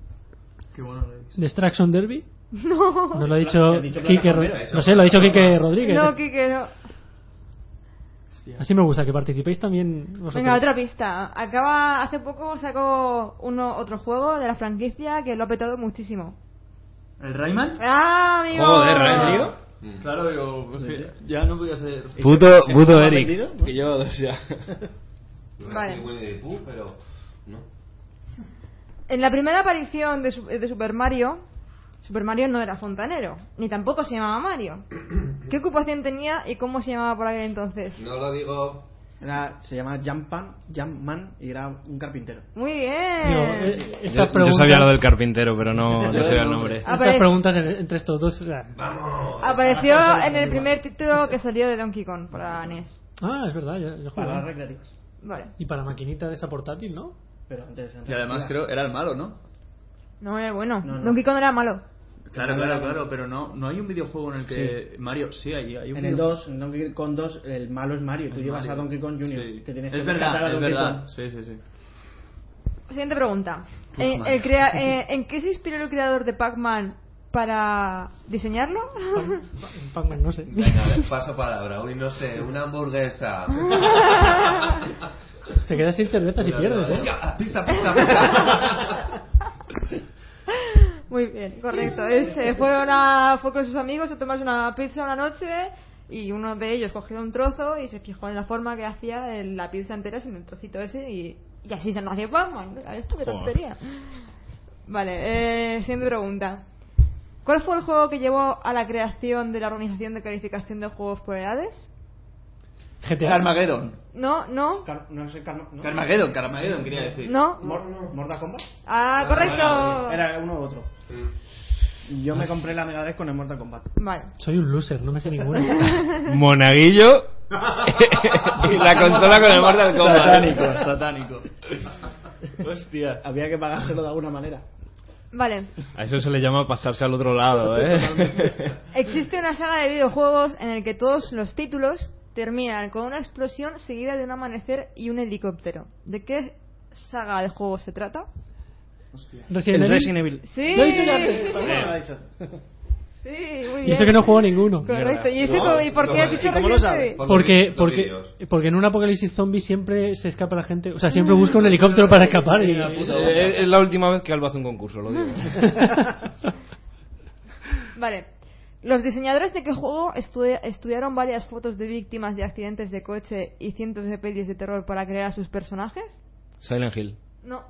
Qué bueno lo dices.
¿Destruction Derby?
No.
No lo ha
Ya
dicho
ha dicho
Quique
plataforma,
Ro-
ha dicho
No sé, lo ha dicho Quique Rodríguez.
No, Kike, no.
Así me gusta que participéis también vosotros.
Venga, otra pista. Acaba, hace poco sacó uno, otro juego de la franquicia que lo ha petado muchísimo.
¿El Rayman?
¡Ah, amigo!
Joder, Rayman.
Mm.
Claro, yo. pues, que ya no podía ser.
Puto, puto
¿Lo han
Eric.
vendido?
Que yo, o sea.
Vale.
Vale. Winnie the Pooh, pero. No.
En la primera aparición de, su- de Super Mario, Super Mario no era fontanero, ni tampoco se llamaba Mario. ¿Qué ocupación tenía y cómo se llamaba por aquel entonces?
No lo digo.
Era, se llama Jumpman, Jumpman y era un carpintero.
Muy
Digo,
bien.
eh,
Yo,
estas
yo
preguntas,
sabía lo del carpintero, pero no, no sabía el nombre.
Ah,
estas
pero-
preguntas en- entre estos dos. o sea,
Apareció
Ah,
en el primer título que salió de Donkey Kong para NES.
Ah, es verdad, yo, yo jugué.
Para las recreativas.
E Vale.
Y para maquinita de esa portátil, ¿no?
Pero antes. en
Y además creo
realidad,
era el malo, ¿no?
No era bueno.
No, no.
Donkey Kong era malo.
Claro, claro, claro, pero no, no hay un videojuego en el que. Mario, sí, hay, hay un
En el
video-
2, en Donkey Kong 2, el malo es Mario. y Tú
El
llevas
Mario.
a Donkey Kong Jr.
Sí.
Que tienes
es
que rescatar a
verdad, es
Donkey
verdad.
Kong.
Sí, sí, sí.
Siguiente pregunta.
Puta
Eh,
madre.
el crea- eh, ¿En qué se inspiró el creador de Pac-Man para diseñarlo?
Pac- Pac-Man, no sé.
Venga, a ver, paso palabra. Hoy no sé, una hamburguesa.
Te quedas sin cervezas y pierdes, ¿eh?
Venga, pizza, pizza, pizza.
Muy bien, correcto. Es, eh, fue, una- fue con sus amigos a tomarse una pizza una noche Y uno de ellos cogió un trozo y se fijó en la forma que hacía el- la pizza entera sin el trocito ese y, y así se nació Batman. Esto qué
Joder.
tontería. Vale, eh, siguiente pregunta. ¿Cuál fue el juego que llevó a la creación de la organización de calificación de juegos por edades?
GTA.
Carmageddon.
No, no,
Car- no es el Car- no.
Carmageddon, Carmageddon quería decir.
no.
Mor- ¿Mortal Kombat?
Ah, correcto.
Era uno u otro. Yo me compré la Mega Drive con el Mortal Kombat.
Vale.
Soy un loser, no me sé ninguna.
Monaguillo y la consola con el Mortal
Satánico,
Kombat.
satánico. Hostia.
Había que pagárselo de alguna manera.
Vale.
A eso se le llama pasarse al otro lado, ¿eh?
Existe una saga de videojuegos en el que todos los títulos terminan con una explosión seguida de un amanecer y un helicóptero. ¿De qué saga de juegos se trata?
Eh,
Resident Evil.
el Resident Evil.
Sí.
Lo he dicho yo antes. ¿cómo
Bien.
lo ha dicho?
Sí, muy bien.
Y eso que no juego ninguno.
Correcto. ¿Y eso
No,
cómo- y por
no,
qué has
¿y
dicho
cómo lo
Resident
sabes?
Evil?
Por
Porque,
los
porque,
vídeos.
porque en un apocalipsis zombie siempre se escapa la gente. O sea,
Mm.
siempre busca un helicóptero para escapar. Y...
Eh, Es la última vez que Alba hace un concurso, lo digo.
Vale. Los diseñadores de qué juego estudi- estudiaron varias fotos de víctimas de accidentes de coche y cientos de pelis de terror para crear a sus personajes?
Silent Hill.
No.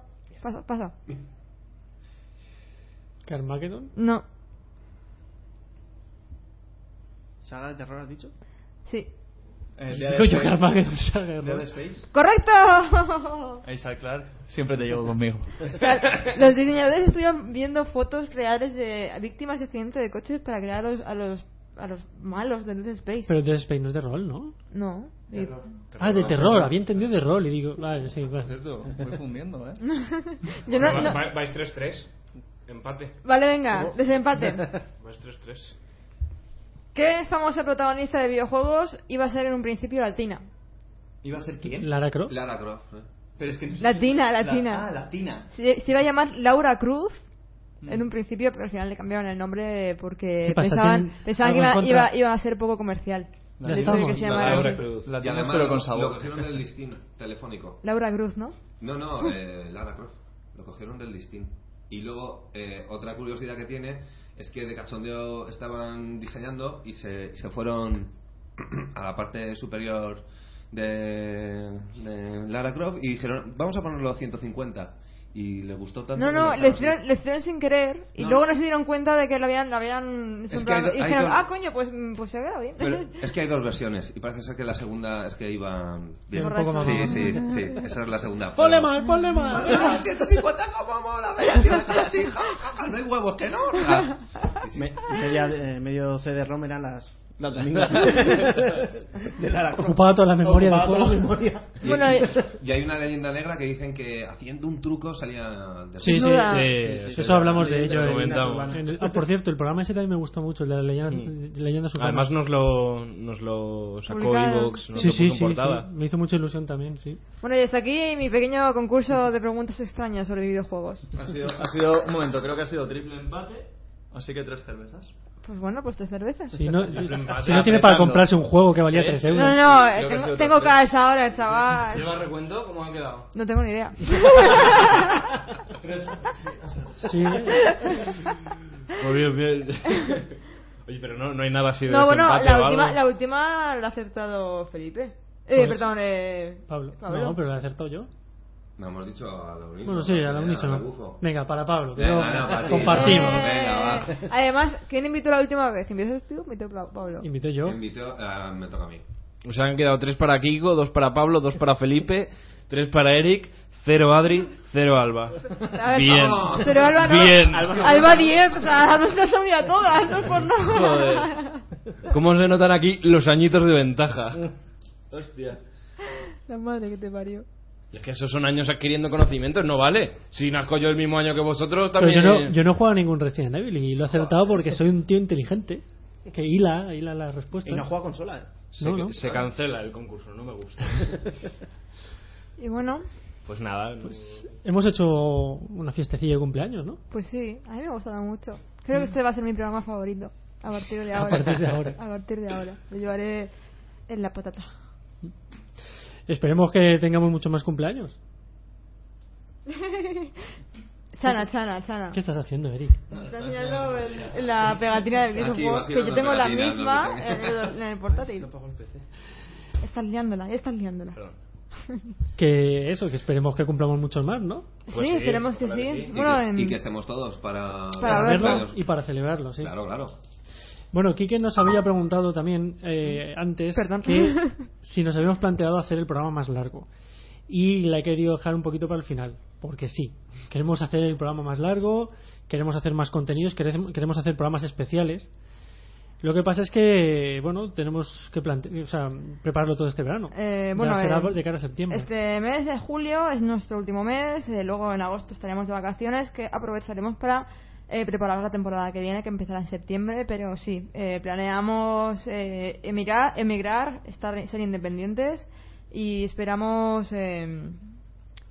Pasa, pasa.
¿Carmageddon?
No.
¿Saga de terror has dicho?
Sí.
Digo yo Carmageddon. saga de
eh, Dead
error.
Space.
¡Correcto!
Isaac Clark. Siempre te llevo conmigo.
O sea, los diseñadores estuvieron viendo fotos reales de víctimas de accidentes de coches para crear a los, a los, a los malos de Dead Space.
Pero Dead Space no es de rol, ¿no?
No. Y-
Ah, de terror. Había entendido de rol y digo... Vale, sí, vale.
Cierto, voy fundiendo, ¿eh?
yo no- no-
Va- Vais 3-3. Empate.
Vale, venga,
Oh.
desempate.
Vais 3-3.
¿Qué famosa protagonista de videojuegos iba a ser en un principio latina?
¿Iba a ser quién?
Lara Croft.
Lara Croft. ¿eh?
Pero es que no sé-
Latina,
La-
latina.
Ah, latina. Mm.
Se, se iba a llamar Laura Cruz en un principio, pero al final le cambiaron el nombre porque
¿Qué pasa?
pensaban,
¿Tienen
pensaban que
algo en
iba,
contra?
iba- iba a ser poco comercial.
Ya
El hecho de
estamos.
que se
La
llamara
Laura
así.
Cruz.
Y
Latinas,
además
pero con
lo-
sabor.
Lo cogieron del listín telefónico.
Laura Cruz, ¿no?
No,
Uh.
no, eh, Lara Croft. Lo cogieron del listín. Y luego, eh, otra curiosidad que tiene es que de cachondeo estaban diseñando y se, se fueron a la parte superior de, de Lara Croft y dijeron, vamos a ponerlo a 150. Y le gustó tanto.
No,
que
no,
dejaron
le
así.
hicieron, le hicieron sin querer y
No.
luego no se dieron cuenta de que lo habían, lo habían
que hay
soplado.
do-
y
hay
dijeron,
dos-
ah, coño, pues, mm, pues se ha quedado bien.
Pero es que hay dos versiones y parece ser que la segunda es que iba bien.
Un poco más
sí,
mal.
sí, sí, esa es la segunda.
¡Ponle más, ponle más!
¡Ah, 150 como mola, venga, tío, déjalo así, ja, ja, ja, no hay huevos que no. ja. Y sí,
Me- media, eh, medio CD-ROM eran las, las domingos. de Lara Croft.
Ocupaba toda la memoria del
Ocupaba toda
juego.
la memoria.
Y,
Bueno, y-
eh.
y hay una leyenda negra que dicen que haciendo un truco salía de
Sí, sí,
duda.
Sí, sí, sí,
Eh, eso hablamos
sí,
de ello.
lo
en-
comentamos.
en el- ah, por cierto, el programa ese también me gustó mucho, el de la leyenda, leyenda urbana.
Además nos lo, nos lo sacó
Publicaron.
Evox, nos
sí,
lo puso
sí,
en
sí,
portada.
sí, me hizo mucha ilusión también, sí.
Bueno, y hasta aquí mi pequeño concurso de preguntas extrañas sobre videojuegos.
Ha sido, ha sido, un momento, creo que ha sido triple empate. Así que tres cervezas.
Pues bueno, pues tres cervezas.
Si no,
empate
si no tiene para
apretando.
comprarse un juego que valía 3
No, no,
euros.
no,
creo
eh,
que ha
tengo,
sido
tengo
tres.
cash ahora, chaval.
¿Lleva recuento? ¿Cómo han quedado?
No tengo ni idea.
Tres.
Sí.
Muy Pues bien, bien. Oye, pero no, no hay nada así de
no, bueno,
desempate o
la última,
algo.
la última la ha acertado Felipe. Eh,
Pues-
perdón, eh,
Pablo. No, pero lo he acertado yo.
No hemos dicho a la unísono. eh,
Bueno, sí, a la
rebufo.
unísono. Venga, para Pablo.
Venga,
pero
no, para ti.
compartimos.
Eh,
Venga, va.
Además, ¿quién invitó la última vez? ¿Invitas tú? Invitó Pa- Pablo.
Invité yo.
Me invitó, ah, me toca a mí.
O sea, han quedado tres para Kiko, dos para Pablo, dos para Felipe, tres para Eric, cero Adri, cero Alba.
A ver,
Bien.
no, Pero Alba no.
Bien.
Alba 10, o sea, Alba se las sabía todas, no es por nada.
Joder. ¿Cómo se notan aquí los añitos de ventaja?
Hostia.
La madre que te parió.
Es que esos son años adquiriendo conocimientos, no vale. Si nazco yo el mismo año que vosotros,
Pero
también... eh,
yo no, yo no he jugado a ningún Resident Evil y lo he acertado porque soy un tío inteligente. Que hila, hila las respuestas.
Y
Pues
no juega consola. eh.
Se,
No, no.
se cancela el concurso, no me gusta.
Y bueno,
Pues nada,
Hemos hecho una fiestecilla de cumpleaños, ¿no?
pues sí, a mí me ha gustado mucho. Creo que este va a ser mi programa favorito. A partir de
A
ahora.
partir de ahora.
A partir de ahora. Lo llevaré en la patata.
Esperemos que tengamos mucho más cumpleaños.
Chana, chana, chana.
¿Qué estás haciendo, Eric?
Está enseñando el- la pegatina del
Aquí
videojuego,
va
que yo
girando
tengo la
pegatina,
misma
no sé
en
qué.
el, en el portátil. Estás liándola, ya estás liándola.
Perdón.
Que eso, que esperemos que cumplamos muchos más, ¿no?
Pues
sí,
sí,
esperemos que
ojalá que
sí.
sí.
Y,
Bueno,
que,
en-
y que estemos todos para,
Para verlo.
y para celebrarlo, sí.
Claro, claro.
Bueno, Quique nos había preguntado también eh, antes
Perdón.
que si nos habíamos planteado hacer el programa más largo. Y la he querido dejar un poquito para el final, porque sí, queremos hacer el programa más largo, queremos hacer más contenidos, queremos queremos hacer programas especiales. Lo que pasa es que, bueno, tenemos que plante- o sea, prepararlo todo este verano.
Eh,
Ya
bueno,
será
eh,
de cara a septiembre.
Este mes de julio es nuestro último mes, eh, luego en agosto estaremos de vacaciones, que aprovecharemos para eh, preparar la temporada que viene, que empezará en septiembre, pero sí, eh, planeamos eh, emigrar, emigrar, estar, ser independientes y esperamos eh,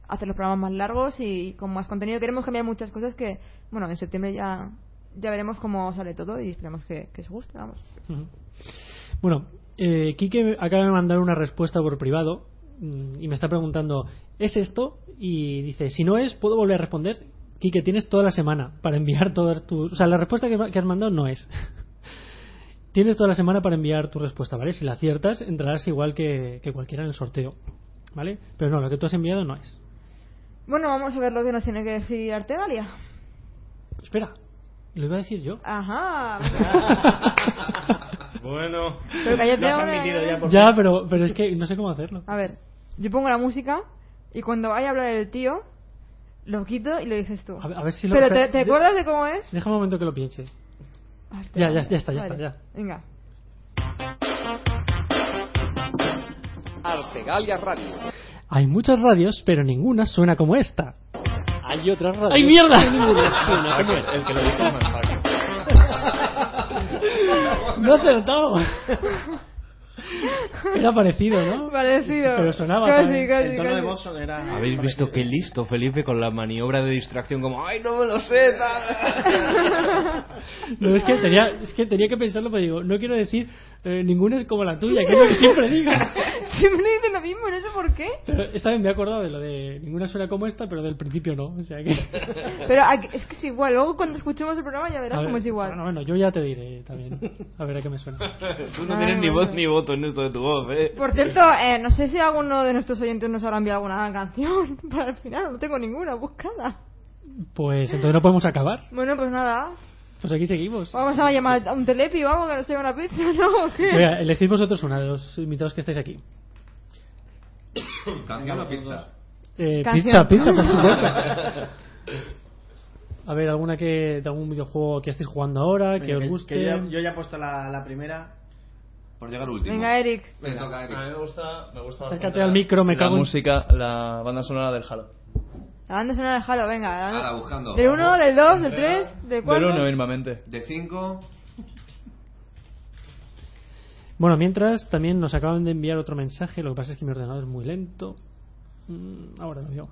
hacer los programas más largos y con más contenido. Queremos cambiar muchas cosas que, bueno, en septiembre ya, ya veremos cómo sale todo y esperamos que, que os guste, vamos.
Ujú. Bueno, eh, Quique acaba de mandar una respuesta por privado mm, y me está preguntando, ¿es esto? Y dice, si no es, ¿puedo volver a responder? Quique, tienes toda la semana para enviar todas tus... O sea, la respuesta que, va- que has mandado no es. tienes toda la semana para enviar tu respuesta, ¿vale? Si la aciertas, entrarás igual que, que cualquiera en el sorteo, ¿vale? Pero no, lo que tú has enviado no es.
Bueno, vamos a ver lo que nos tiene que decir Artegalia.
Espera, lo iba a decir yo.
Ajá.
Bueno,
Pero cállate
Lo has
ahora,
admitido
¿eh?
ya, por
Ya, pero, pero es que no sé cómo hacerlo.
A ver, yo pongo la música y cuando vaya a hablar el tío, lo quito y lo dices tú.
A ver- a ver si lo-
Pero
espera,
¿te, te
de-
acuerdas de cómo es?
Déjame un momento que lo piense.
A ver,
Ya, ya,
espera.
ya está, ya está, ya.
Venga.
Artegalia Radio.
Hay muchas radios, pero ninguna suena como esta.
Hay otras radios.
¡Ay, mierda!
el que lo dice es
No he acertado. Era parecido, ¿no?
Parecido.
Pero sonaba.
Casi,
¿sabes?
casi,
El tono
casi.
de voz era.
Habéis visto qué listo Felipe con la maniobra de distracción como, ay, no me lo sé. tal".
No, es que tenía, es que tenía que pensarlo, pero digo, no quiero decir eh, ninguna es como la tuya, que es lo que siempre digo.
Siempre dicen lo mismo, no sé por qué.
Pero esta vez me he acordado de lo de ninguna suena como esta, pero del principio no. O sea que.
Pero aquí- es que es igual. Luego cuando escuchemos el programa ya
A
verás
ver,
cómo es igual.
Bueno, bueno, yo ya te diré también. A ver a qué me suena.
Tú no tienes
Ay,
ni
bueno.
voz ni voto en esto de tu voz, ¿eh?
Por cierto, eh, no sé si alguno de nuestros oyentes nos habrá enviado alguna canción para el final. No tengo ninguna, buscada.
Pues entonces no podemos acabar.
Bueno, pues nada.
Pues aquí seguimos.
Vamos a llamar a un telepi, vamos, que nos lleve una pizza, ¿no? ¿O qué?
Mira, elegid vosotros una de los invitados que estáis aquí.
Canción o pizza.
Eh,
Canción.
pizza, pizza, por supuesto. A ver, alguna que de algún videojuego que estéis jugando ahora, que
Venga,
os
que-
guste.
que yo, yo ya he puesto la, la primera.
Por llegar último.
Venga, Eric.
Le toca a
A mí
Eric.
me gusta, me gusta bastante
Acércate
la-
al micro, me
la
cago en-
música, la banda sonora del Halo.
La banda sonora de Halo, venga. la-
Ahora, buscando.
Del 1, del 2, del 3, del 4.
Del uno, mismamente.
De 5.
Bueno, mientras también nos acaban de enviar otro mensaje, lo que pasa es que mi ordenador es muy lento. Mm, Ahora lo veo.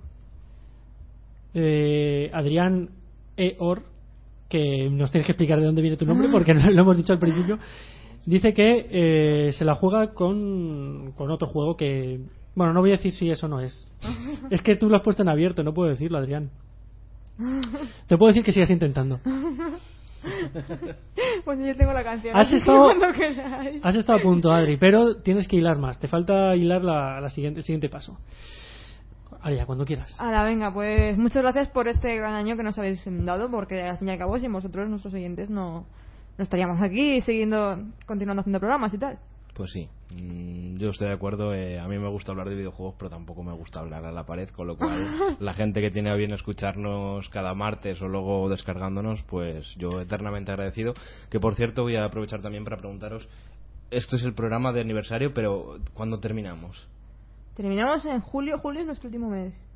Eh, Adrián Eor, que nos tienes que explicar de dónde viene tu nombre porque no lo hemos dicho al principio, dice que eh, se la juega con, con otro juego que... Bueno, no voy a decir si eso no es. Es que tú lo has puesto en abierto, no puedo decirlo, Adrián. Te puedo decir que sigas intentando.
Pues yo tengo la canción.
Has
así que
estado-
cuando queráis.
Has estado a punto, Adri, pero tienes que hilar más. Te falta hilar la, la siguiente, el siguiente paso. Ahora ya, cuando quieras.
Ahora, venga, pues muchas gracias por este gran año que nos habéis dado, porque al fin y al cabo, sin vosotros, nuestros oyentes, no, no estaríamos aquí siguiendo, continuando haciendo programas y tal.
Pues sí, mm, yo estoy de acuerdo. eh, a mí me gusta hablar de videojuegos, pero tampoco me gusta hablar a la pared, con lo cual la gente que tiene a bien escucharnos cada martes o luego descargándonos, pues yo eternamente agradecido. Que por cierto voy a aprovechar también para preguntaros, esto es el programa de aniversario, pero ¿cuándo terminamos?
Terminamos en julio, julio es nuestro último mes.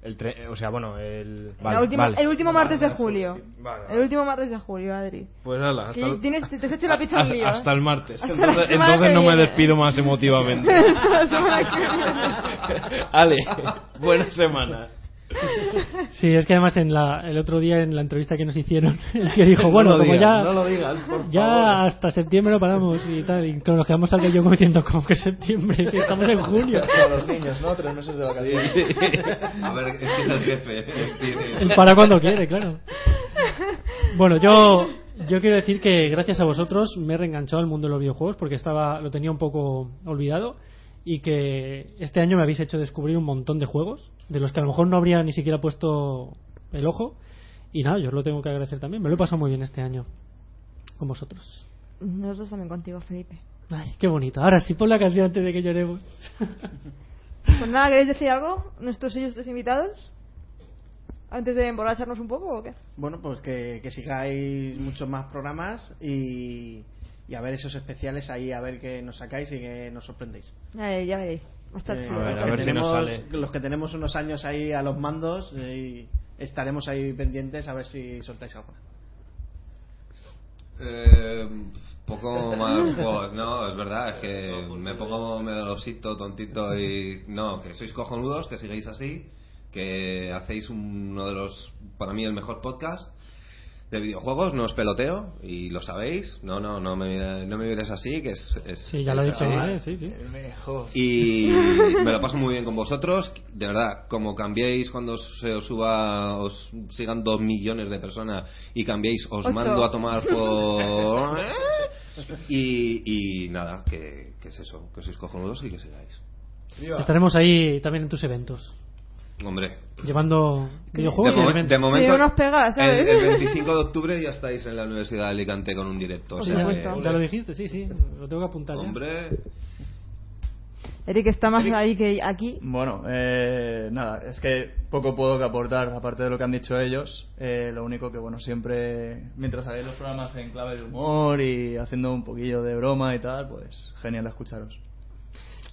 El tre- eh, o sea, bueno, el...
La
Vale,
última-
vale.
El último martes de julio.
Vale, vale.
El último martes de julio, Adri.
Pues hala, hasta
Que
el-
tienes- te- te has hecho la picha
a-
un lío,
Hasta
¿eh?
el martes.
Hasta la
Entonces,
semana
entonces
que
no me
viene.
despido más emotivamente.
Hasta la semana que viene.
Ale, buena semana.
Sí, es que además en la, el otro día en la entrevista que nos hicieron, el que dijo, bueno,
lo
como
digas,
ya,
no lo digas, por
ya
favor.
hasta septiembre no paramos y tal, y nos quedamos al yo como diciendo, como que septiembre, si estamos en junio.
Como los niños, ¿no? Tres meses de vacaciones.
A ver, es que es el jefe. tiene-
Él para cuando quiere, claro. Bueno, yo, yo quiero decir que gracias a vosotros me he reenganchado al mundo de los videojuegos porque estaba, lo tenía un poco olvidado y que este año me habéis hecho descubrir un montón de juegos de los que a lo mejor no habría ni siquiera puesto el ojo y nada, yo os lo tengo que agradecer también. Me lo he pasado muy bien este año con vosotros.
Nosotros también contigo, Felipe.
Ay, qué bonito. Ahora sí pon la canción antes de que lloremos.
Pues nada, ¿queréis decir algo? ¿Nuestros ilustres invitados? ¿Antes de emborracharnos un poco o qué?
Bueno, pues que, que sigáis muchos más programas y, y a ver esos especiales ahí, a ver qué nos sacáis y que nos sorprendéis.
Eh, ya veréis. Hasta
Eh,
el
a ver,
los
a
que
ver si nos
tenemos-
sale.
Los que tenemos unos años ahí a los mandos eh, y estaremos ahí pendientes a ver si soltáis alguna.
Eh, poco más juegos, no, es verdad, es que me pongo medalosito, tontito y... No, que sois cojonudos, que sigáis así, que hacéis uno de los, para mí, el mejor podcast de videojuegos, no os peloteo, y lo sabéis, no, no, no me, no me mires así, que es... es
Sí, ya lo he
es
dicho, ¿eh?
así.
¿vale? Sí, sí.
Y me lo paso muy bien con vosotros. De verdad, como cambiéis cuando se os suba, os sigan dos millones de personas y cambiéis, os
Ocho.
mando a tomar por. Y, y nada, que, que es eso, que sois cojonudos y que sigáis.
Estaremos ahí también en tus eventos,
Hombre,
llevando
de,
videojuegos y
momen-
eventos.
de momento.
unos pegas, ¿sabes?
El, el 25 de octubre ya estáis en la Universidad de Alicante con un directo. o
Por
sea que-
supuesto.
Ya lo dijiste, sí, sí, lo tengo que apuntar. ya.
hombre,
Eric está más ahí que aquí.
Bueno, eh, nada, es que poco puedo que aportar, aparte de lo que han dicho ellos. Eh, lo único que, bueno, siempre, mientras hagáis los programas en clave de humor y haciendo un poquillo de broma y tal, pues genial escucharos.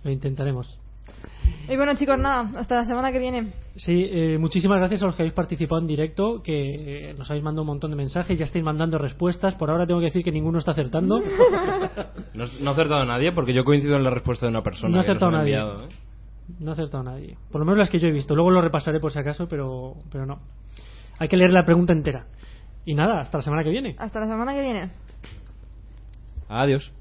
Lo intentaremos.
Y bueno, chicos, nada, hasta la semana que viene.
Sí, eh, muchísimas gracias a los que habéis participado en directo, que eh, nos habéis mandado un montón de mensajes, ya estáis mandando respuestas. Por ahora tengo que decir que ninguno está acertando.
No, no ha acertado nadie porque yo coincido en la respuesta de una persona.
No ha
que nos
acertado
han
nadie.
enviado, ¿eh?
No ha acertado nadie. Por lo menos las que yo he visto. Luego lo repasaré por si acaso, pero, pero no. Hay que leer la pregunta entera. Y nada, hasta la semana que viene.
Hasta la semana que viene.
Adiós.